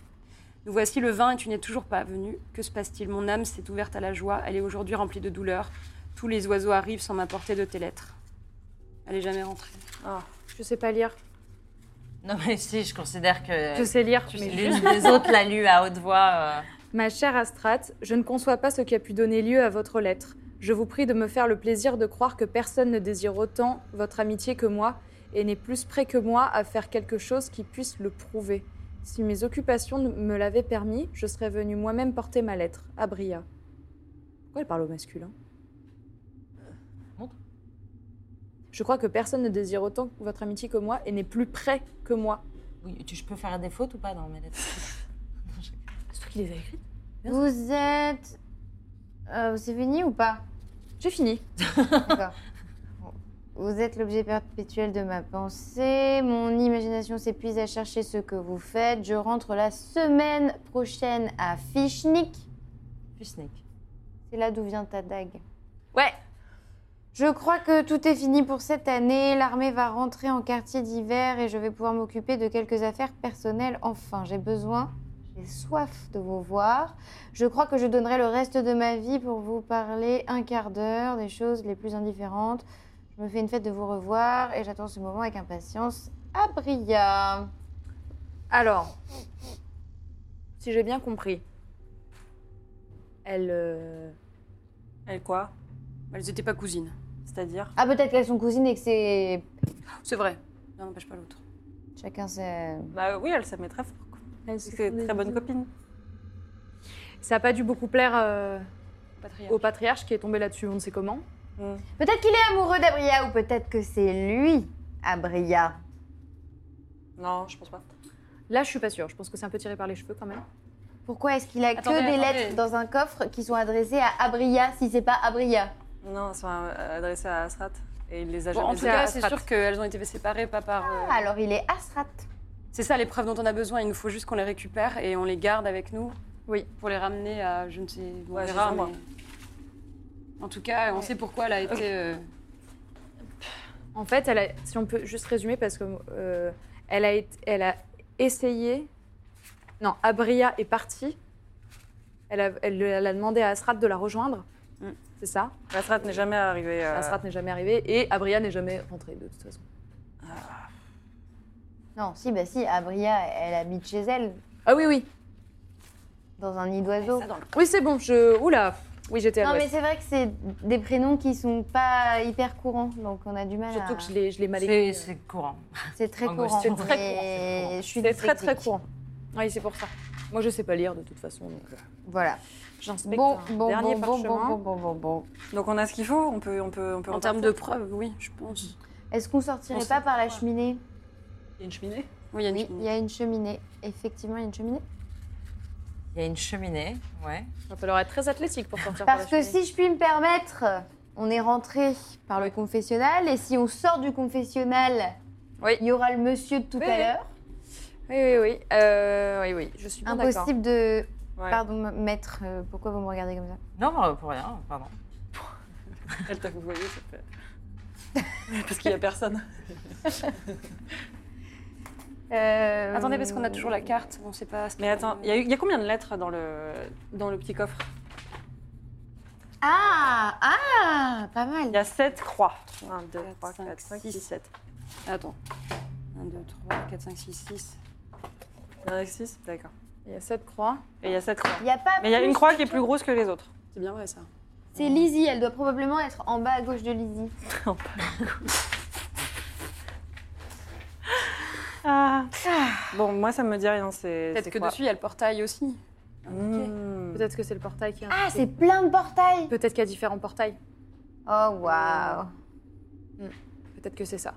Nous voici le 20 et tu n'es toujours pas venu. Que se passe-t-il Mon âme s'est ouverte à la joie, elle est aujourd'hui remplie de douleur. Tous les oiseaux arrivent sans m'apporter de tes lettres. Elle est jamais rentrée. Je sais pas lire. Non, mais si, je considère que Je sais lire, mais l'une des autres l'a lu à haute voix. euh. Ma chère Astrate, je ne conçois pas ce qui a pu donner lieu à votre lettre. Je vous prie de me faire le plaisir de croire que personne ne désire autant votre amitié que moi et n'est plus prêt que moi à faire quelque chose qui puisse le prouver. Si mes occupations ne- me l'avaient permis, je serais venue moi-même porter ma lettre, à Bria. Pourquoi elle parle au masculin Euh, montre. Je crois que personne ne désire autant votre amitié que moi et n'est plus prêt que moi. Oui, tu, je peux faire des fautes ou pas dans mes lettres C'est toi qui les as écrites Vous êtes. Euh, c'est fini ou pas J'ai fini. D'accord. Vous êtes l'objet perpétuel de ma pensée. Mon imagination s'épuise à chercher ce que vous faites. Je rentre la semaine prochaine à Fichnik. Plus Snake. C'est là d'où vient ta dague. Ouais. Je crois que tout est fini pour cette année. L'armée va rentrer en quartier d'hiver et je vais pouvoir m'occuper de quelques affaires personnelles. Enfin, j'ai besoin, j'ai soif de vous voir. Je crois que je donnerai le reste de ma vie pour vous parler un quart d'heure des choses les plus indifférentes. Je me fais une fête de vous revoir et j'attends ce moment avec impatience. Abria. Alors, si j'ai bien compris, Elles. euh, Elle quoi Elles n'étaient pas cousines. C'est-à-dire Ah, peut-être qu'elles sont cousines et que c'est. C'est vrai. L'un n'empêche pas l'autre. Chacun sait. Bah oui, elle s'aimait très fort. quoi. C'est une très bonne copine. Ça n'a pas dû beaucoup plaire euh, Patriarche. Oh, au patriarche qui est tombé là-dessus, on ne sait comment. Peut-être qu'il est amoureux d'Abria ou peut-être que c'est lui, Abria. Non, je pense pas. Là, je suis pas sûre. Je pense que c'est un peu tiré par les cheveux quand même. Pourquoi est-ce qu'il a Attendez, que des attendez. lettres dans un coffre qui sont adressées à Abria si c'est pas Abria Non, elles sont euh, adressées à Asrat. Et il les a Bon, jamais en tout données à cas, c'est Asrat. sûr qu'elles ont été séparées, pas par. euh, Ah, Alors il est Asrat. C'est ça les preuves dont on a besoin. Il nous faut juste qu'on les récupère et on les garde avec nous. Oui. Pour les ramener à je ne sais. on Ouais, verra, chez moi. mais- En tout cas, on sait pourquoi elle a été. euh, En fait, elle a- si on peut juste résumer, parce que euh, elle, a été- elle a essayé. Non, Abria est partie. Elle a, elle- elle a demandé à Asrat de la rejoindre. Mm. C'est ça. Asrat n'est jamais arrivé. euh, Asrat n'est jamais arrivée et Abria n'est jamais rentrée de toute façon. Non, si, bah si, Abria, elle habite chez elle, Ah oui, oui. dans un nid d'oiseau. Oui, c'est bon. Je. Oula. Oui, j'étais à Non, mais l'ouest. c'est vrai que c'est des prénoms qui sont pas hyper courants, donc on a du mal Surtout à. que je l'ai, je l'ai mal C'est écrit. c'est courant. C'est très En gros, courant. c'est très mais courant, c'est courant. Je suis C'est très très dyslexique. courant. Oui, c'est pour ça. Moi, je sais pas lire de toute façon. donc, euh, Voilà. J'inspecte. Bon, un bon, dernier bon, bon, parchemin. bon, bon, bon, bon. Donc on a ce qu'il faut, on peut, on peut, on peut En repartir. termes de preuves, oui, je pense. Est-ce qu'on sortirait On pas sait par la pas. cheminée Il y a une cheminée Oui, il y a une Oui, il cheminée. y a une cheminée. Effectivement, il y a une cheminée. Il y a une cheminée, ouais. Il va falloir être très athlétique pour sortir. par Parce la que cheminée. si je puis me permettre, on est rentré par le confessionnal et si on sort du confessionnal, Oui. il y aura le monsieur de tout Oui, à oui. l'heure. Oui, oui, oui. Euh, oui, oui. Je suis bien d'accord. Impossible de. Ouais. Pardon, ma- maître, euh, pourquoi vous me regardez comme ça Non, bah, pour rien, pardon. Elle t'a vous voyez, ça fait... Parce qu'il y a personne. Euh, Attendez, parce qu'on a toujours la carte, on sait pas. ce Mais qu'on- attends, il y, a eu- il y a combien de lettres dans le, dans le petit coffre Ah Ah Pas mal Il y a 7 croix. 1, 2, Quatre, 3, cinq, 4, 5, six. 6, 7. Attends. 1, 2, 3, 4, 5, 6, 6. Il y en a 6 D'accord. Il y a sept croix. Et il y a 7 croix. Il y a pas Mais il y a Ah plus une croix du qui est plus tout. grosse que les autres. C'est bien vrai ça. C'est Lizzie, elle doit probablement être en bas à gauche de Lizzie. Bon, moi, ça me dit rien, c'est Ah. Peut-être que dessus, il y a le portail aussi. Hmm. Peut-être que c'est le portail qui a. Ah, c'est plein de portails Peut-être qu'il y a différents portails. Oh, waouh Peut-être que c'est ça.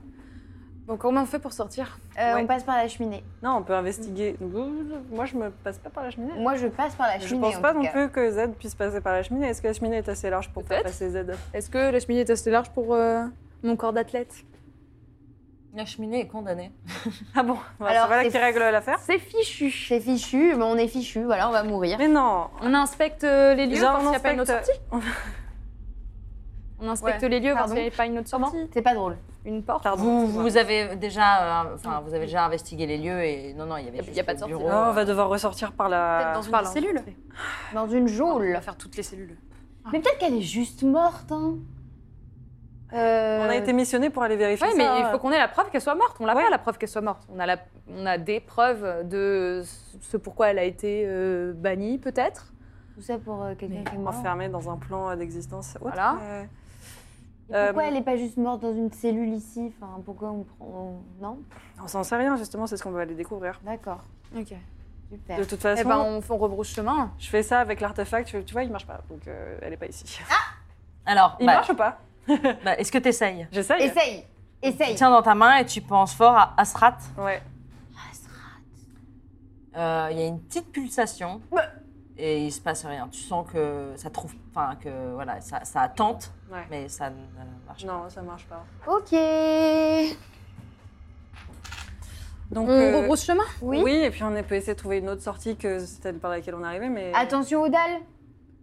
Bon, comment on fait pour sortir Euh, Ouais. On passe par la cheminée. Non, on peut investiguer. Donc, Moi, je me passe pas par la cheminée. Moi, je passe par la Je cheminée. pense en pas tout non cas. plus que Z puisse passer par la cheminée. Est-ce que la cheminée est assez large pour faire Peut-être. passer Z Est-ce que la cheminée est assez large pour euh, mon corps d'athlète La cheminée est condamnée. Ah bon Bah, Alors, C'est voilà c'est- qui règle l'affaire. C'est fichu. C'est fichu, mais on est fichu, voilà, on va mourir. Mais non On inspecte euh, les lieux Genre, voir on s'il n'y a pas une autre inspecte- sortie. On inspecte les lieux voir s'il n'y a pas une autre sortie. C'est pas drôle. Une porte. Vous, vous avez déjà, euh, enfin, vous avez déjà investigué les lieux et non, non, il y avait Y a- juste y a pas le de sortie. bureau, Oh, on va devoir ressortir par la. Dans une Parle, hein. cellule Dans une On geôle. va faire toutes les cellules. Mais peut-être qu'elle est juste morte, hein. Euh, On a été missionné pour aller vérifier Ouais, ça. mais il hein. faut qu'on ait la preuve qu'elle soit morte. On l'a pas, la preuve qu'elle soit morte. On a, la- on a des preuves de ce pourquoi elle a été euh, bannie, peut-être. Tout ça pour euh, quelqu'un Mais qui est mort. enfermé dans un plan euh, d'existence autre. Euh, Voilà. mais- Et pourquoi Euh, elle est pas juste morte dans une cellule ici Enfin, pourquoi on prend... on- Non On s'en sait rien, justement, c'est ce qu'on va aller découvrir. D'accord, Ok. super. De toute façon, Eh ben, on, on rebrousse chemin. je fais ça avec l'artefact, tu tu vois, il marche pas, donc euh, elle est pas ici. Alors, il bah, marche ou pas bah, est-ce que t'essayes J'essaye. Essaye Essaye Tiens dans ta main et tu penses fort à Asrat. Ouais. Euh, Il y a une petite pulsation et il se passe rien. Tu sens que ça trouve, enfin que voilà, ça, ça tente, Ouais. mais ça ne marche pas. Non, ça marche pas. Ok Donc, On euh, rebrousse chemin Oui, oui, et puis on peut essayer de trouver une autre sortie que celle par laquelle on est arrivé, mais. Attention aux dalles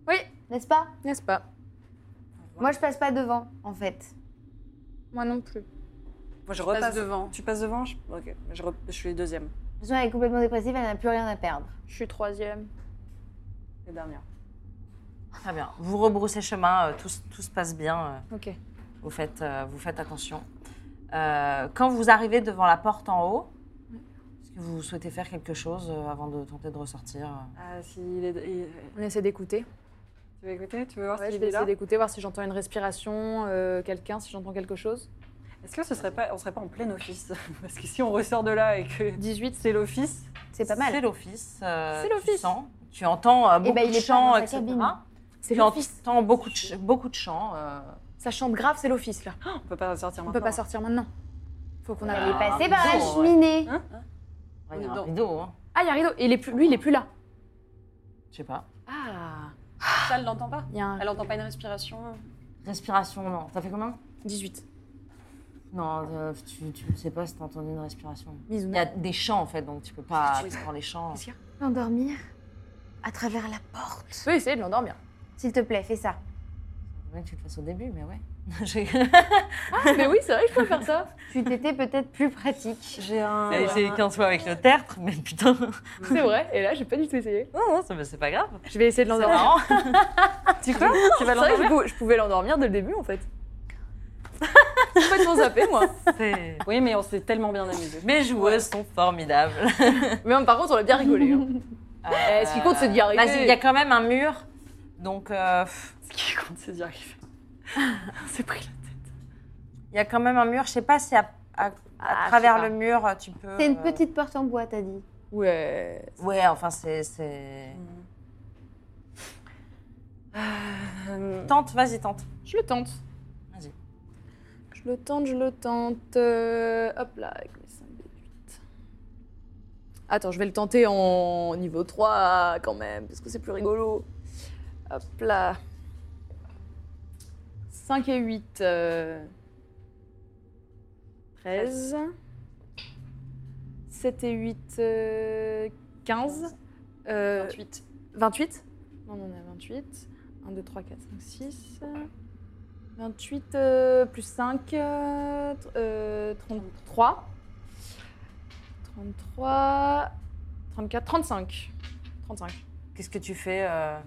Oui. N'est-ce pas N'est-ce pas Moi, je passe pas devant, en fait. Moi non plus. Moi, je Je passe repasse. devant. Tu passes devant je... Ok, je, re- je suis deuxième, De toute façon, elle est complètement dépressive, elle n'a plus rien à perdre. Je suis troisième. et dernière. Très bien. Vous rebroussez chemin, euh, tout, se- tout se passe bien. euh, Ok. Vous faites, euh, vous faites attention. Euh, quand vous arrivez devant la porte en haut, est-ce que vous souhaitez faire quelque chose euh, avant de tenter de ressortir Ah, si, il est. il- On essaie d'écouter. Tu veux écouter Tu veux voir Ouais, je s'il vais est là essayer d'écouter, voir si j'entends une respiration, euh, quelqu'un, si j'entends quelque chose. Est-ce que ce serait pas, on serait pas en plein office Parce que si on ressort de là et que 18, c'est l'office, c'est pas mal. C'est l'office. euh, C'est Tu l'office. sens, tu entends euh, Eh beaucoup ben, il de est pas dans chants, sa etc. cabine. C'est Tu l'office. entends beaucoup de, ch- beaucoup de chants. euh, Ça chante grave, c'est l'office là. on peut pas sortir Oh, On maintenant. peut pas sortir maintenant. Ah. Faut qu'on aille. Elle est passée par la raison, ouais. cheminée. ouais, il y a Dans- un rideau, hein. Ah, il y a un rideau. Et il est plus... lui, il est plus là. Je sais pas. Ah. Ça, elle l'entend pas Il y a un Elle entend pas une respiration Respiration, non. T'as fait combien 18. Non, euh, tu, tu sais pas si t'as entendu une respiration. Il y a Mizuna. des chants en fait, donc tu peux pas prendre les chants. Qu'est-ce qu'il y a L'endormir à travers la porte. Je peux essayer de l'endormir. S'il te plaît, fais ça. Ouais, que tu le fasses au début, mais ouais. J'ai- Mais oui, c'est vrai, je peux faire ça. Tu t'étais peut-être plus pratique. J'ai un. J'ai essayé 15 fois avec le tertre, mais putain. C'est vrai. Et là, j'ai pas du tout essayé. Non, non, ça- mais c'est pas grave. Je vais essayer de C'est l'endormir. marrant. Tu crois Tu vas C'est vrai que je l'endormir pou- je pouvais l'endormir dès le début en fait. Je suis pas trop zappée moi. C'est- Oui, mais on s'est tellement bien amusés. Mes joueuses sont formidables. Mais même, par contre, on a bien rigolé. hein. Eh, ce qui compte, c'est d'y arriver. Vas-y, il y a quand même un mur. Donc, euh, pff, Ce qui compte, c'est d'y arriver. On s'est pris là. il y a quand même un mur. Je sais pas si à, à- à Ah, travers je sais le mur, tu peux. C'est une euh, petite porte en bois, t'as dit. Ouais. Ouais, enfin, c'est. c'est- Euh, Tente, vas-y, tente. Je le tente. Vas-y. Je le tente, je le tente. Euh, hop là, avec mes 5 d 8. Attends, je vais le tenter en niveau 3 quand même, parce que c'est plus rigolo. Hop là. 5 et euh, 8. 13. 7 et 8, 15. euh, 28. 28 Non, on a 28. 1, 2, 3, 4, 5, 6. 28 euh, plus 5, euh, tr- euh, 33. 33, 34, 35. 35. Qu'est-ce que tu fais euh,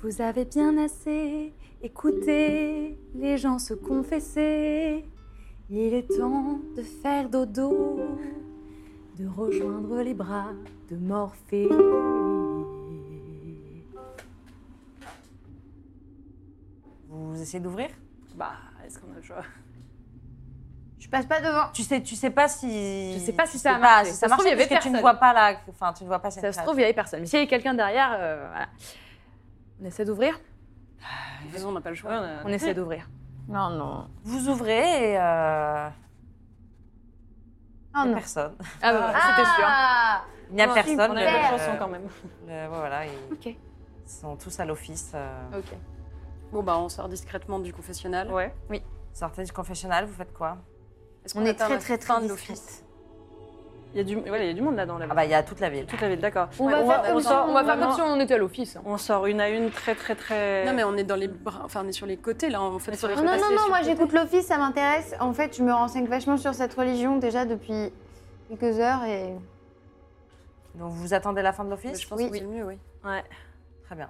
Vous avez bien assez écouté les gens se confesser. Il est temps de faire dodo, de rejoindre les bras de Morphée. Vous essayez d'ouvrir Bah, est-ce qu'on a le choix Je passe pas devant. Tu sais, tu sais pas si. Je sais pas si tu ça sais a marché. si Ça ça se marche trouve, il y parce avait que tu ne personne. vois pas là. Enfin, tu ne vois pas cette Ça se phrase. trouve, il y avait personne. Mais s'il y avait quelqu'un derrière, euh, voilà. On essaie d'ouvrir De toute façon, on n'a pas le choix. Ouais, on a- On essaie d'ouvrir. Non, non. Vous ouvrez et. Euh... Oh il n'y a non. personne. Ah, bah, c'était sûr. Ah Il n'y a personne. On a la le- chanson quand même. le- voilà, ils Ok. sont tous à l'office. euh, Ok. Bon, bah, on sort discrètement du confessionnal. Ouais. Sortez du confessionnal, vous faites quoi Est-ce qu'on On est atteint très, la très, fin très de discrète. Il y a du, ouais, il y a du monde là-dedans. Ah Là-bas. bah, il y a toute la ville. Toute la ville, d'accord. On Ouais, va faire comme on si sort- On va faire comme vraiment- si on était à l'office. hein. On sort une à une très très très. Non, mais on est dans les bras, enfin, on est sur les côtés là, on fait sur les Non, non, non, moi j'écoute l'office, ça m'intéresse. En fait, je me renseigne vachement sur cette religion déjà depuis quelques heures et. Donc, vous attendez la fin de l'office Je pense Oui. que c'est le mieux, oui. Ouais. Très bien.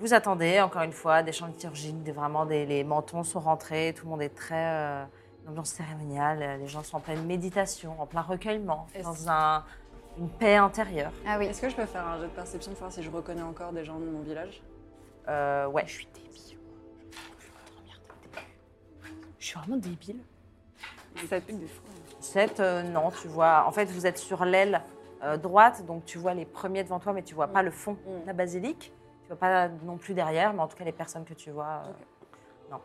Vous attendez, encore une fois, des chants liturgiques, des, vraiment des, les mentons sont rentrés, tout le monde est très euh, une ambiance cérémoniale, euh, les gens sont en pleine méditation, en plein recueillement, Est-ce- dans un, une paix intérieure. Ah oui. Est-ce que je peux faire un jeu de perception pour voir si je reconnais encore des gens de mon village Euh, ouais. Je suis débile. Je suis vraiment débile. Ça pue des fois. Cette, euh, non, tu vois, en fait, vous êtes sur l'aile euh, droite, donc tu vois les premiers devant toi, mais tu vois pas le fond de la basilique. Tu vois pas non plus derrière, mais en tout cas, les personnes que tu vois, euh, non.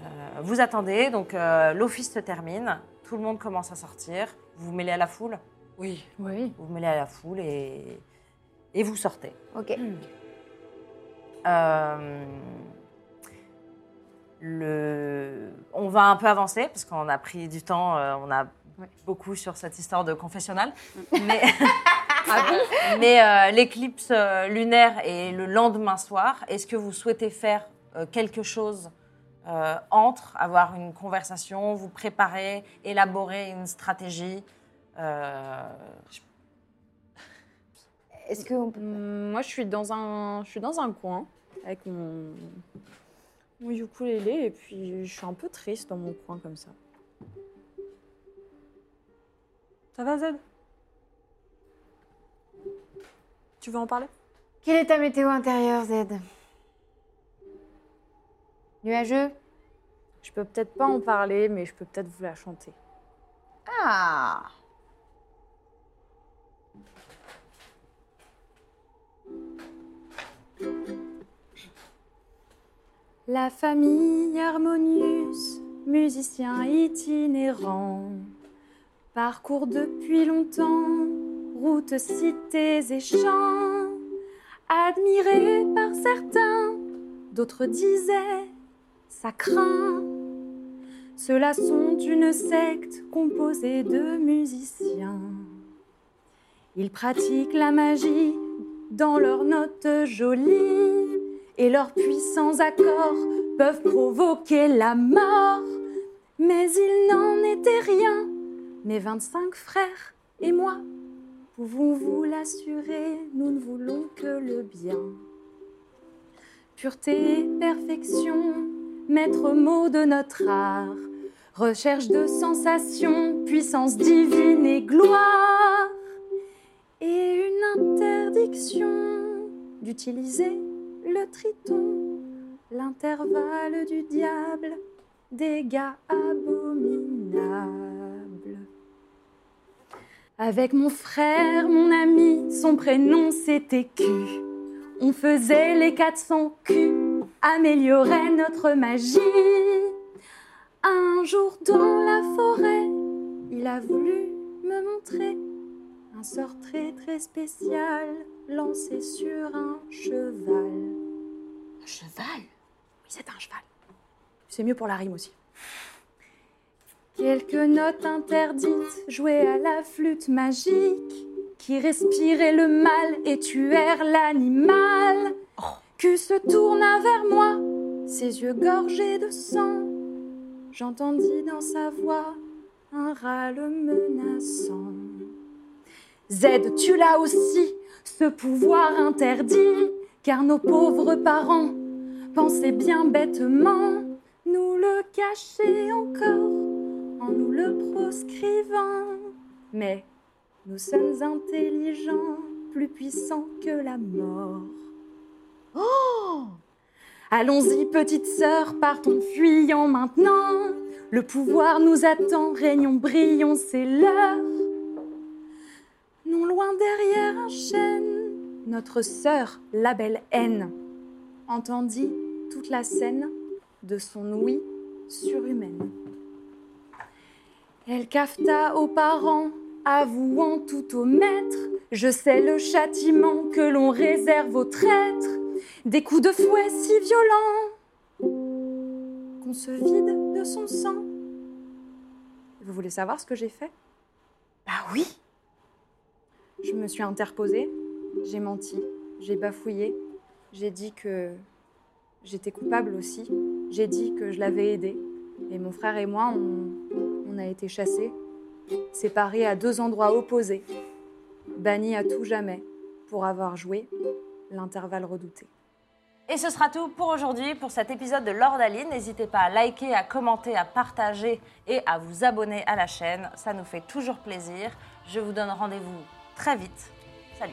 Euh, vous attendez, donc euh, l'office se termine, tout le monde commence à sortir, vous vous mêlez à la foule, Oui. Oui. vous vous mêlez à la foule et, et vous sortez. Ok. Euh, le... On va un peu avancer parce qu'on a pris du temps, euh, on a beaucoup sur cette histoire de confessionnal. Mais, mais, euh, l'éclipse euh, lunaire est le lendemain soir. Est-ce que vous souhaitez faire euh, quelque chose euh, entre, avoir une conversation, vous préparer, élaborer une stratégie euh, Est-ce qu'on peut. Hum, Moi, je suis dans un, je suis dans un coin avec mon, mon ukulélé et puis je suis un peu triste dans mon coin comme ça. Ça va, Zed Tu veux en parler Quelle est ta météo intérieure, Z Nuageux Je peux peut-être pas en parler, mais je peux peut-être vous la chanter. Ah La famille Harmonius, musicien itinérant, parcourt depuis longtemps routes, cités et champs, admiré par certains, d'autres disaient ça craint. Ceux-là sont une secte composée de musiciens. Ils pratiquent la magie dans leurs notes jolies et leurs puissants accords peuvent provoquer la mort. Mais il n'en était rien. Mes 25 frères et moi pouvons vous l'assurer, nous ne voulons que le bien. Pureté, perfection, maître mot de notre art, recherche de sensations, puissance divine et gloire, et une interdiction d'utiliser le triton, l'intervalle du diable, dégâts abominables. Avec mon frère, mon ami, son prénom c'était Q. On faisait les 400 Q, améliorait notre magie. Un jour dans la forêt, il a voulu me montrer un sort très très spécial lancé sur un cheval. Un cheval Oui, c'est un cheval. C'est mieux pour la rime aussi. Quelques notes interdites jouées à la flûte magique qui respiraient le mal et tuèrent l'animal. Que se tourna vers moi, ses yeux gorgés de sang. J'entendis dans sa voix un râle menaçant. Z, tu l'as aussi, ce pouvoir interdit, car nos pauvres parents pensaient bien bêtement nous le cacher encore en nous le proscrivant. Mais nous sommes intelligents, plus puissants que la mort. Oh Allons-y, petite sœur, partons fuyant maintenant. Le pouvoir nous attend, régnons, brillons, c'est l'heure. Non loin derrière un chêne, notre sœur, la belle haine, entendit toute la scène de son ouïe surhumaine. Elle cafeta aux parents, avouant tout au maître Je sais le châtiment que l'on réserve aux traîtres, des coups de fouet si violents qu'on se vide de son sang. Vous voulez savoir ce que j'ai fait Bah oui je me suis interposée, j'ai menti, j'ai bafouillé, j'ai dit que j'étais coupable aussi, j'ai dit que je l'avais aidé. Et mon frère et moi, on, on a été chassés, séparés à deux endroits opposés, bannis à tout jamais pour avoir joué l'intervalle redouté. Et ce sera tout pour aujourd'hui, pour cet épisode de Lordaline. N'hésitez pas à liker, à commenter, à partager et à vous abonner à la chaîne. Ça nous fait toujours plaisir. Je vous donne rendez-vous très vite. Salut